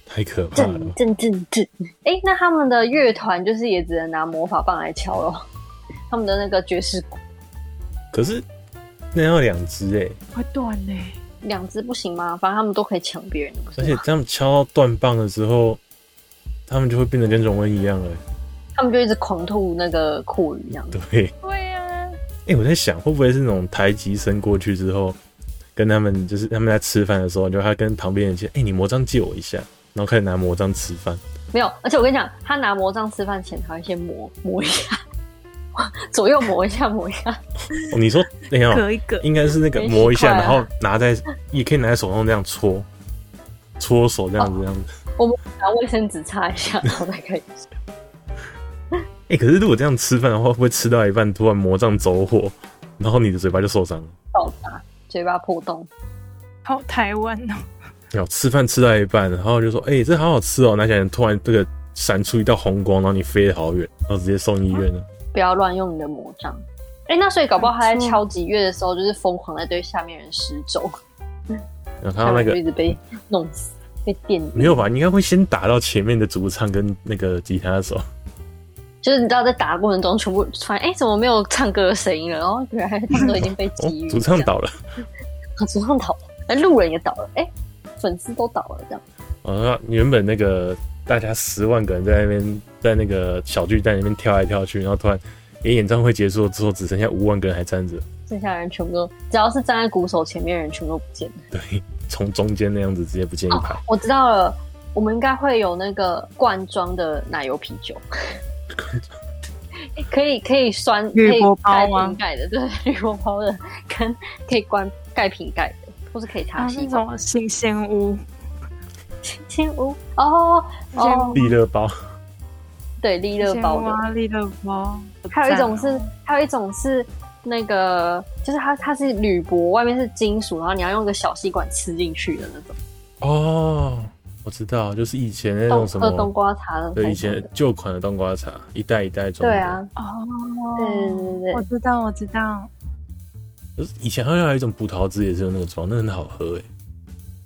S2: 太可怕了
S3: 震
S2: 吧。
S3: 震震震！哎，那他们的乐团就是也只能拿魔法棒来敲咯。 他们的那个爵士鼓
S2: 可是那要两只哎，
S1: 会断嘞、
S3: 两只不行吗？反正他们都可以抢别人的，不
S2: 而
S3: 是
S2: 且
S3: 吗？
S2: 这样敲到断棒的时候，他们就会变得跟荣恩一样了。
S3: 他们就一直狂吐那个酷鱼这样子。
S2: 对，
S3: 对呀、
S2: 哎、我在想，会不会是那种台籍生过去之后，跟他们就是他们在吃饭的时候，就他跟旁边人说：“哎、你魔杖借我一下。”然后开始拿魔杖吃饭，
S3: 没有。而且我跟你讲，他拿魔杖吃饭前，他会先磨 磨一下，左右磨一下，磨一下。
S2: 哦，你说那
S3: 嗯
S2: 样、
S1: 隔一个
S2: 应该是那个
S3: 很奇
S2: 磨一下，
S3: 怪
S2: 然
S3: 啊
S2: 后拿在也可以拿在手上这样搓，搓手这
S3: 哦
S2: 样子这样子。
S3: 我们拿卫生纸擦 一下，然后再可以吃。
S2: 哎、可是如果这样吃饭的话，会不会吃到一半突然魔杖走火，然后你的嘴巴就受伤了？
S3: 爆炸，嘴巴破洞。
S1: 好台湾哦，
S2: 有吃饭吃到一半，然后就说：“哎、这好好吃哦！”拿起来突然这个闪出一道红光，然后你飞得好远，然后直接送医院了。
S3: 不要乱用你的魔杖。哎、那所以搞不好他在
S1: 没错
S3: 敲几月的时候，就是疯狂的对下面人施咒，
S2: 然后看
S3: 他
S2: 到那
S3: 们
S2: 个
S3: 就一直被弄死，被电
S2: 没有吧？你应该会先打到前面的主唱跟那个吉他手。
S3: 就是你知道，在打的过程中，全部突然哎、怎么没有唱歌的声音了？然后原来他们都已经被
S2: 哦
S3: 击，晕，
S2: 主唱倒了，
S3: 这样，主唱倒了，哎，路人也倒了，哎、粉丝都倒了，这样
S2: 啊，原本那个大家十万个人在那边，在那个小巨蛋那边跳来跳去，然后突然，诶，演唱会结束之后只剩下五万个人还站着，
S3: 剩下的人全部都，只要是站在鼓手前面的人，全部都不见了。
S2: 对，从中间那样子直接不见一排，
S3: 我知道了，我们应该会有那个罐装的奶油啤酒，哦 哎可以可以酸，可
S1: 铝
S3: 以
S1: 箔包
S3: 盖
S1: 吗
S3: 瓶盖的，对， 铝箔包的，跟可以关盖瓶盖的，或是可以
S1: 啊
S3: 插，吸
S1: 那
S3: 管。
S1: 种新鲜屋，
S3: 天屋哦哦，
S2: 利乐包，
S3: 对，利
S1: 新
S3: 乐
S1: 鲜
S3: 包
S1: 屋
S3: 的。
S1: 啊，利乐包，
S3: 还有一种
S1: 赞
S3: 是
S1: 哦，
S3: 还有一种是那个，就是它它是铝箔，外面是金属，然后你要用一个小吸管吃进去的那种。
S2: 哦，我知道，就是以前那
S3: 冬
S2: 种什
S3: 喝冬
S2: 么，
S3: 瓜茶的那种。
S2: 对，以前旧款的冬瓜茶，一袋一袋装，
S3: 对，啊，
S1: 哦，
S3: 对对对
S1: 我知道，我知道，
S2: 就是以前好像还有一种葡萄汁也是用那个装，那很好喝诶，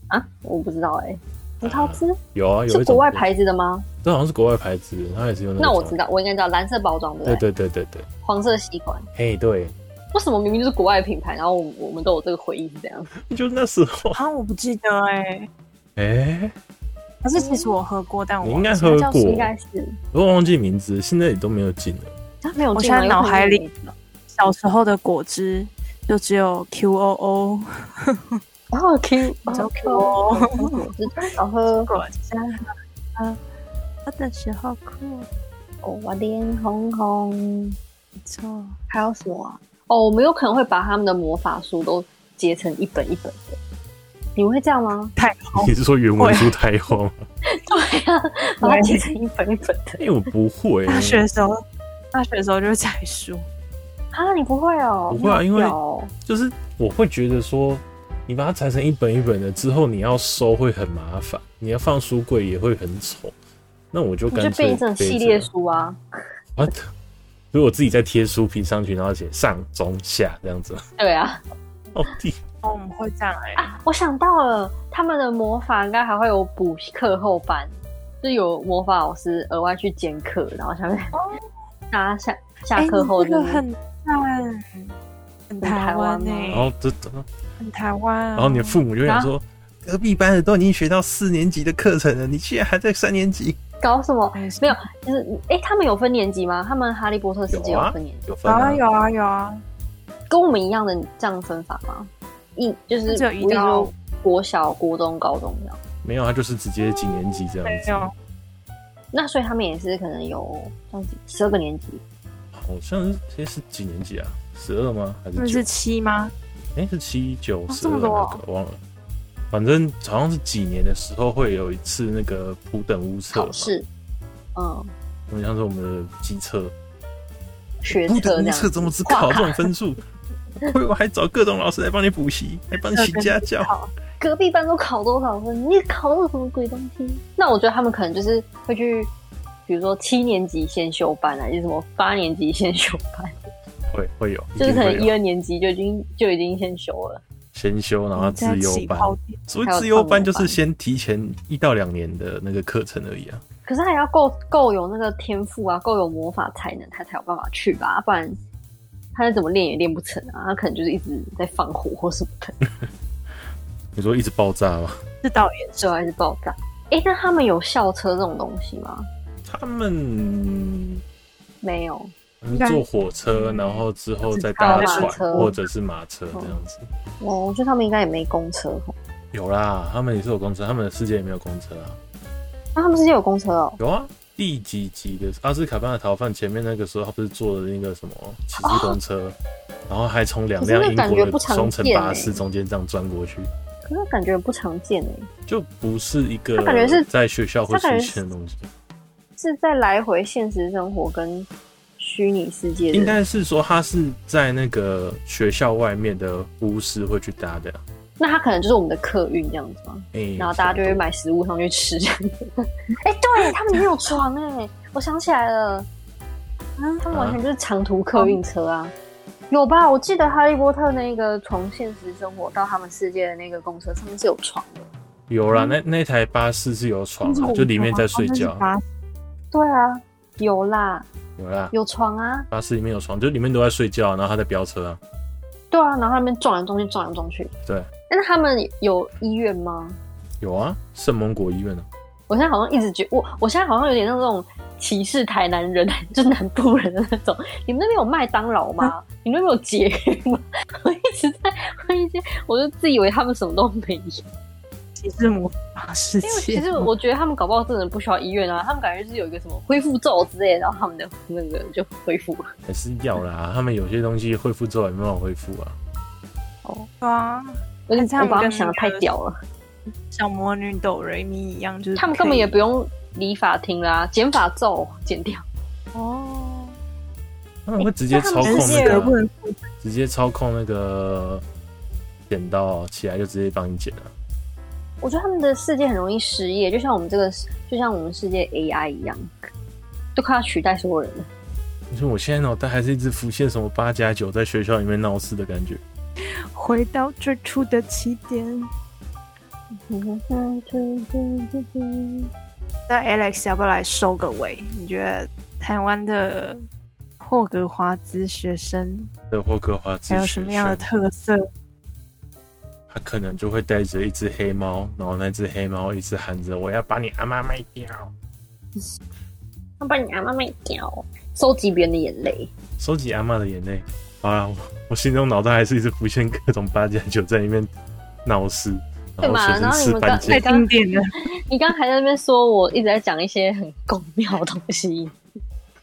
S3: 啊，我不知道哎、葡萄汁
S2: 有啊，有一
S3: 是
S2: 种
S3: 国外，牌子的吗？
S2: 这好像是国外牌子，它也是用那个
S3: 那我
S2: 装
S3: 知，道，我应该知道，蓝色包装的，
S2: 对对对对对，
S3: 黄色吸管。
S2: 嘿，哎对，
S3: 为什么明明就是国外的品牌，然后我我们都有这个回忆是这样？
S2: 就那时候，
S1: 好像啊我不记得哎，
S2: 诶。
S1: 可是
S3: 嗯
S1: 其实我喝过，但我
S2: 你应该
S1: 忘记了
S2: 喝
S1: 叫
S2: 过
S1: 什么
S3: 应该是
S2: 我忘记名字，现在也都没有进了。
S3: 啊，没有
S1: 我
S3: 进
S1: 现
S3: 来，
S1: 在
S3: 有可能
S1: 脑海里
S3: 没进来
S1: 小时候的果汁就只有 QOO
S3: 然后 Q，
S1: 你知道 Q 哦
S3: 我知道，然后
S1: 果汁，喝喝呃的时候酷，
S3: 我脸红红。
S1: 没错，
S3: 还有什么啊？哦，我们有可能会把他们的魔法书都结成一本一本的。你们会这样吗？
S1: 太空
S2: 你是说原文书太厚吗？
S3: 对 呀、啊，把它结成一本一本的
S2: 哎、我不 会、
S1: 大学的时候，大学的时候就是采书，
S3: 啊！你不会哦？
S2: 不会啊
S3: 你好屌哦
S2: 就是我会觉得说，你把它裁成一本一本的之后，你要收会很麻烦，你要放书柜也会很丑。那我就
S3: 你就
S2: 干脆
S3: 变成
S2: 背着
S3: 系列书啊。
S2: 啊，所以我自己再贴书皮上去，然后写上中下这样子。
S3: 对啊，
S2: 哦，弟，
S1: 哦，我们会这样哎、
S3: 我想到了，他们的魔法应该还会有补课后班，就有魔法老师额外去兼课，然后下面、大家下下
S1: 哎
S3: 课后
S1: 你
S3: 就
S1: 这个
S3: 是
S1: 很赞，很台湾哦呢、
S2: 然后哦这，
S1: 很台湾。啊
S2: 然哦后你的父母就想说，隔壁班的都已经学到四年级的课程了，你竟然还在三年级？
S3: 搞什么？
S1: 哎
S3: 没有，就是哎、他们有分年级吗？他们哈利波特世界
S2: 有
S3: 有
S2: 啊
S3: 分年级吗？
S2: 有分
S1: 有
S2: 啊
S1: 啊有啊有啊，
S3: 跟我们一样的这样分法吗？一就是
S1: 只有一
S3: 我意思
S1: 到
S3: 说国小、国中、高中这样。
S2: 没有，他就是直接几年级这样
S1: 没
S2: 子。
S1: 有，
S3: 那所以他们也是可能有这样子十二个年级，
S2: 好像是现在是几年级啊？十二吗？还
S1: 那
S2: 是九
S1: 是？七吗？
S2: 哎、是七九十
S1: 这
S2: 二
S1: 么
S2: 那个、
S1: 多
S2: 忘了。反正好像是几年的时候会有一次那个普等屋测嘛
S3: 考，试，
S2: 啊
S3: 嗯，
S2: 我们像是我们的机测，
S3: 学
S2: 普
S3: 测
S2: 等
S3: 这
S2: 屋
S3: 样
S2: 测
S3: 子。
S2: 怎么只
S3: 跨
S2: 考这
S3: 卡
S2: 种分数？会 我还找各种老师来帮你补习，还帮你请家教。
S3: 隔壁班都考多少分？你考到什么鬼东西？那我觉得他们可能就是会去，比如说七年级先修班啊，就是什么八年级先修班，
S2: 会会有，一
S3: 就是
S2: 定
S3: 可
S2: 会
S3: 能一
S2: 有
S3: 二年级就已经就已经先修了。
S2: 先修，然后哦自
S1: 在
S2: 优
S1: 起
S2: 班。
S1: 跑点
S2: 所以
S3: 还有
S2: 自优班就
S3: 自由班
S2: 是先提前一到两年的那个课程而已啊。
S3: 可是他也要够够有那个天赋啊，够有魔法才能，他才有办法去吧，不然他再怎么练也练不成啊。他可能就是一直在放火或什么的，
S2: 你说一直爆炸吗？
S1: 这倒也
S3: 最后还是爆炸。诶，那他们有校车这种东西吗？
S2: 他
S3: 嗯
S2: 们
S3: 没有，
S1: 应该
S2: 坐火车，然后之后再搭
S3: 还有马
S2: 船
S3: 车
S2: 或者是马车这样子。
S3: 哦，我觉得他们应该也没公车哦。
S2: 有啦，他们也是有公车，他们的世界也没有公车啊。
S3: 那、他们之间有公车哦？
S2: 有啊，第几集的阿斯卡班的逃犯前面那个时候，他不是坐的那个什么骑士公车，然后还从两辆
S3: 哦可是
S2: 英
S3: 那感
S2: 国
S3: 觉不
S2: 的
S3: 常
S2: 双层
S3: 见
S2: 巴士
S3: 欸
S2: 中间这样钻过去，
S3: 可是感觉不常见诶，
S2: 就不是一个
S3: 他感觉是
S2: 在学校会
S3: 他感
S2: 出
S3: 觉
S2: 现的东西。
S3: 是在来回现实生活跟虚拟世界的。
S2: 应该是说他是在那个学校外面的巫师会去搭的啊，
S3: 那它可能就是我们的客运这样子嘛，
S2: 哎
S3: 然后大家就会买食物上去吃这样子。 哎、对他们没有床哎、我想起来了，嗯，他们完全就是长途客运车啊。有吧？我记得《哈利波特》那个从现实生活到他们世界的那个公车上面是有床的。
S2: 有
S3: 嗯
S2: 啦，那那台巴士是有床啊，就里面在睡
S1: 哦
S2: 觉，
S3: 对啊，有啦，
S2: 有啦，
S3: 有床啊。
S2: 巴士里面有床，就里面都在睡觉，然后他在飙车啊，
S3: 对啊，然后他们撞来撞去，撞来撞去。
S2: 对，
S3: 那他们有医院吗？
S2: 有啊，圣蒙果医院啊，
S3: 我现在好像一直觉我我现在好像有点像那种歧视台南人， 就是南部人的那种。你们那边有麦当劳
S1: 啊
S3: 吗？你们那边有捷运吗？ 我一直在问一些，我就自以为他们什么都没有。
S1: 其实魔法世
S3: 因为其
S1: 界，
S3: 实我觉得他们搞不好真的不需要医院啊，他们感觉就是有一个什么恢复咒之类的，然后他们的那个就恢复了。
S2: 还是要啦，他们有些东西恢复之后也没办法恢复啊，
S1: 对啊，
S3: 我
S1: 还
S3: 就
S1: 是他们
S3: 我把他们
S1: 跟
S3: 想的太屌了，
S1: 像魔女斗瑞咪一样，就是
S3: 他们根本
S1: 可以
S3: 也不用理法庭啦，减法咒减掉。
S1: 哦，
S2: 他们会直
S3: 哎
S2: 接操控
S1: 人
S2: 那
S1: 性而不
S2: 个，啊
S1: 能复制
S2: 直接操控那个剪刀啊起来就直接帮你剪啊了，
S3: 我觉得他们的世界很容易失业，就像我们这个，就像我们世界 AI 一样，都快要取代所有人了。
S2: 你说我现在脑袋还是一直浮现什么八加九在学校里面闹事的感觉，
S1: 回到最初的起点。那 Alex 要不要来收个尾？你觉得台湾的霍格华兹学生
S2: 的霍格华兹
S1: 还有
S2: 学
S1: 什么样的
S2: 生
S1: 特色？
S2: 他可能就会带着一只黑猫，然后那只黑猫一直喊着：“我要把你阿妈卖掉，
S3: 他把你阿妈卖掉，收集别人的眼泪。
S2: 收集阿妈的眼泪。”好啦，我我心中脑袋还是一直浮现各种八加九在里面闹事，然
S3: 对
S2: 后
S3: 嘛
S2: 学生
S3: 然后你
S2: 吃
S3: 们
S2: 班
S3: 刚
S1: 太
S2: 级。
S1: 经典了，
S3: 你刚才在那边说我一直在讲一些很公庙的东西，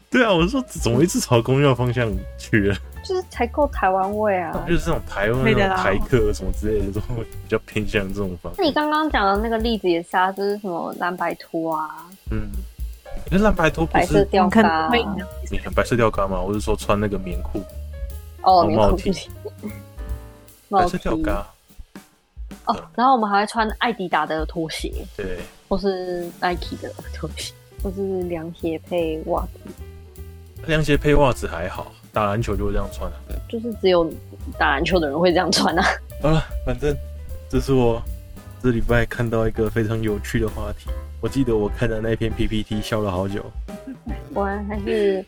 S2: 对啊，我说怎么一直朝公庙方向去 了？
S3: 就是才够台湾味啊。
S2: 就是这种台湾那
S1: 对的
S2: 种
S1: 啦
S2: 台客什么之类的，都会比较偏向这种方
S3: 那你
S2: 向。
S3: 刚刚讲的那个例子也是啊，就是什么蓝白拖啊，
S2: 嗯，可是蓝白拖不
S3: 白色
S2: 是
S3: 吊
S1: 可
S3: 嘎
S1: 能
S3: 啊
S1: 会，影响
S2: 你看白色吊嘎吗？我是说穿那个棉裤，
S3: 哦，
S2: 红
S3: 棉
S2: 帽
S3: 裤
S2: 体，
S3: 帽
S2: 白
S3: 体
S2: 色吊嘎，
S3: 哦。然后我们还会穿艾迪达的拖鞋，
S2: 对。
S3: 或是 Nike 的拖鞋，或是凉鞋配袜子。
S2: 凉鞋配袜子还好，打篮球就会这样穿啊。
S3: 就是只有打篮球的人会这样穿 啊。
S2: 好了，反正这是我这礼拜看到一个非常有趣的话题。我记得我看的那篇 PPT 笑了好久。
S3: 果然还是，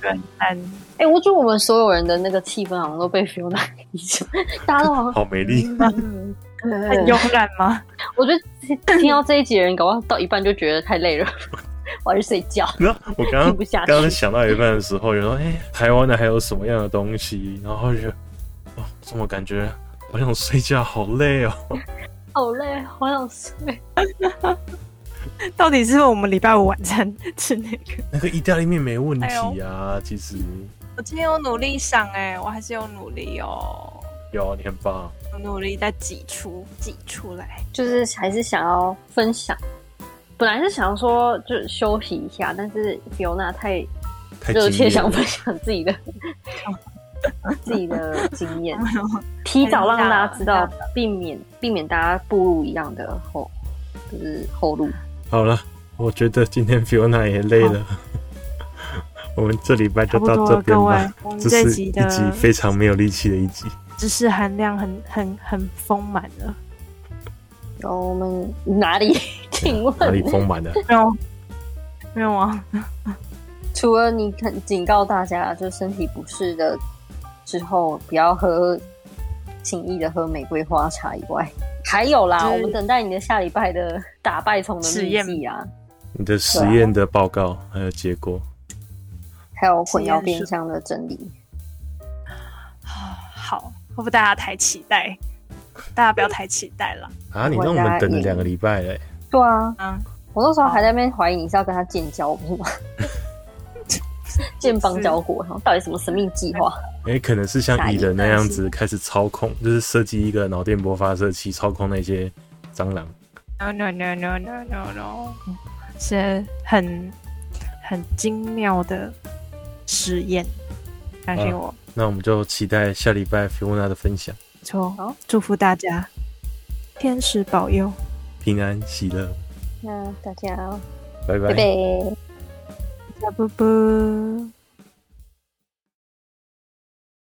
S1: 人但
S3: 哎、我觉得我们所有人的那个气氛好像都被 Fiona 影响，大家都好像。
S2: 好美丽，
S3: 嗯，
S1: 很
S3: 嗯
S1: 慵懒吗？
S3: 我觉得听到这一集的人，搞不好到一半就觉得太累了， 我还是睡觉。
S2: 然后我刚
S3: 听不
S2: 刚
S3: 下去
S2: 刚刚想到一半的时候，有说哎、台湾的还有什么样的东西？然后就觉得哦，怎么感觉好想睡觉，好累哦。
S3: 好累，好想睡。
S1: 到底是不是我们礼拜五晚餐吃那个？
S2: 那个意大利面没问
S1: 哎呦
S2: 题啊，其实
S1: 我今天有努力想哎、我还是有努力哦，
S2: 有啊你很棒。
S1: 我努力在挤出挤出来。
S3: 就是还是想要分享，本来是想说就休息一下，但是 Fiona 太
S2: 太
S3: 热
S2: 激
S3: 切
S2: 烈
S3: 想
S2: 了，
S3: 分享自 己的自己的经验。提
S1: 提
S3: 早
S1: 早
S3: 让
S1: 让大
S3: 大家
S1: 家
S3: 知
S1: 知
S3: 道
S1: 道，
S3: 避免避免大家步入一样的后，就是后路。
S2: 好了，我觉得今天 Fiona 也累了， 我们这礼拜就
S1: 差不
S2: 到
S1: 多
S2: 这
S1: 了，
S2: 边
S1: 各位
S2: 吧。，
S1: 我们
S2: 这
S1: 这
S2: 是
S1: 集
S2: 一
S1: 的
S2: 集非常没有力气的一集。
S1: 知识含量很很很丰满了，
S3: 然后我们哪里？ 请
S2: 哪里
S3: 问，
S2: 丰满的？
S1: 没有没有啊，
S3: 除了你肯警告大家，就身体不适的之后，不要喝轻易的喝玫瑰花茶以外，还有啦，
S1: 就是
S3: 我们等待你的下礼拜的打败虫的秘技啊，
S2: 你的实验的报告还有结果，
S3: 还有混淆变相的真理。
S1: 好，会不会大家太期待？大家不要太期待了，
S2: 啊！你让我们等了
S3: 我家也
S2: 两个礼拜嘞，
S3: 对啊，
S1: 嗯，
S3: 我那时候还在那边怀疑你是要跟他建交，不是吗？建邦交国，然后到底什么神秘计划？
S2: 也可能是像蚁人那样子开始操控，就是设计一个脑电波发射器操控那些蟑螂。
S1: No no no no no no no，是嗯很很精妙的实验，相信我，
S2: 那我们就期待下礼拜 Fiona 的分享。
S1: 没错
S3: 好，
S1: 祝福大家，天使保佑。
S2: 平安喜乐，
S3: 那大家
S2: 拜
S3: 拜拜。
S1: 啵啵。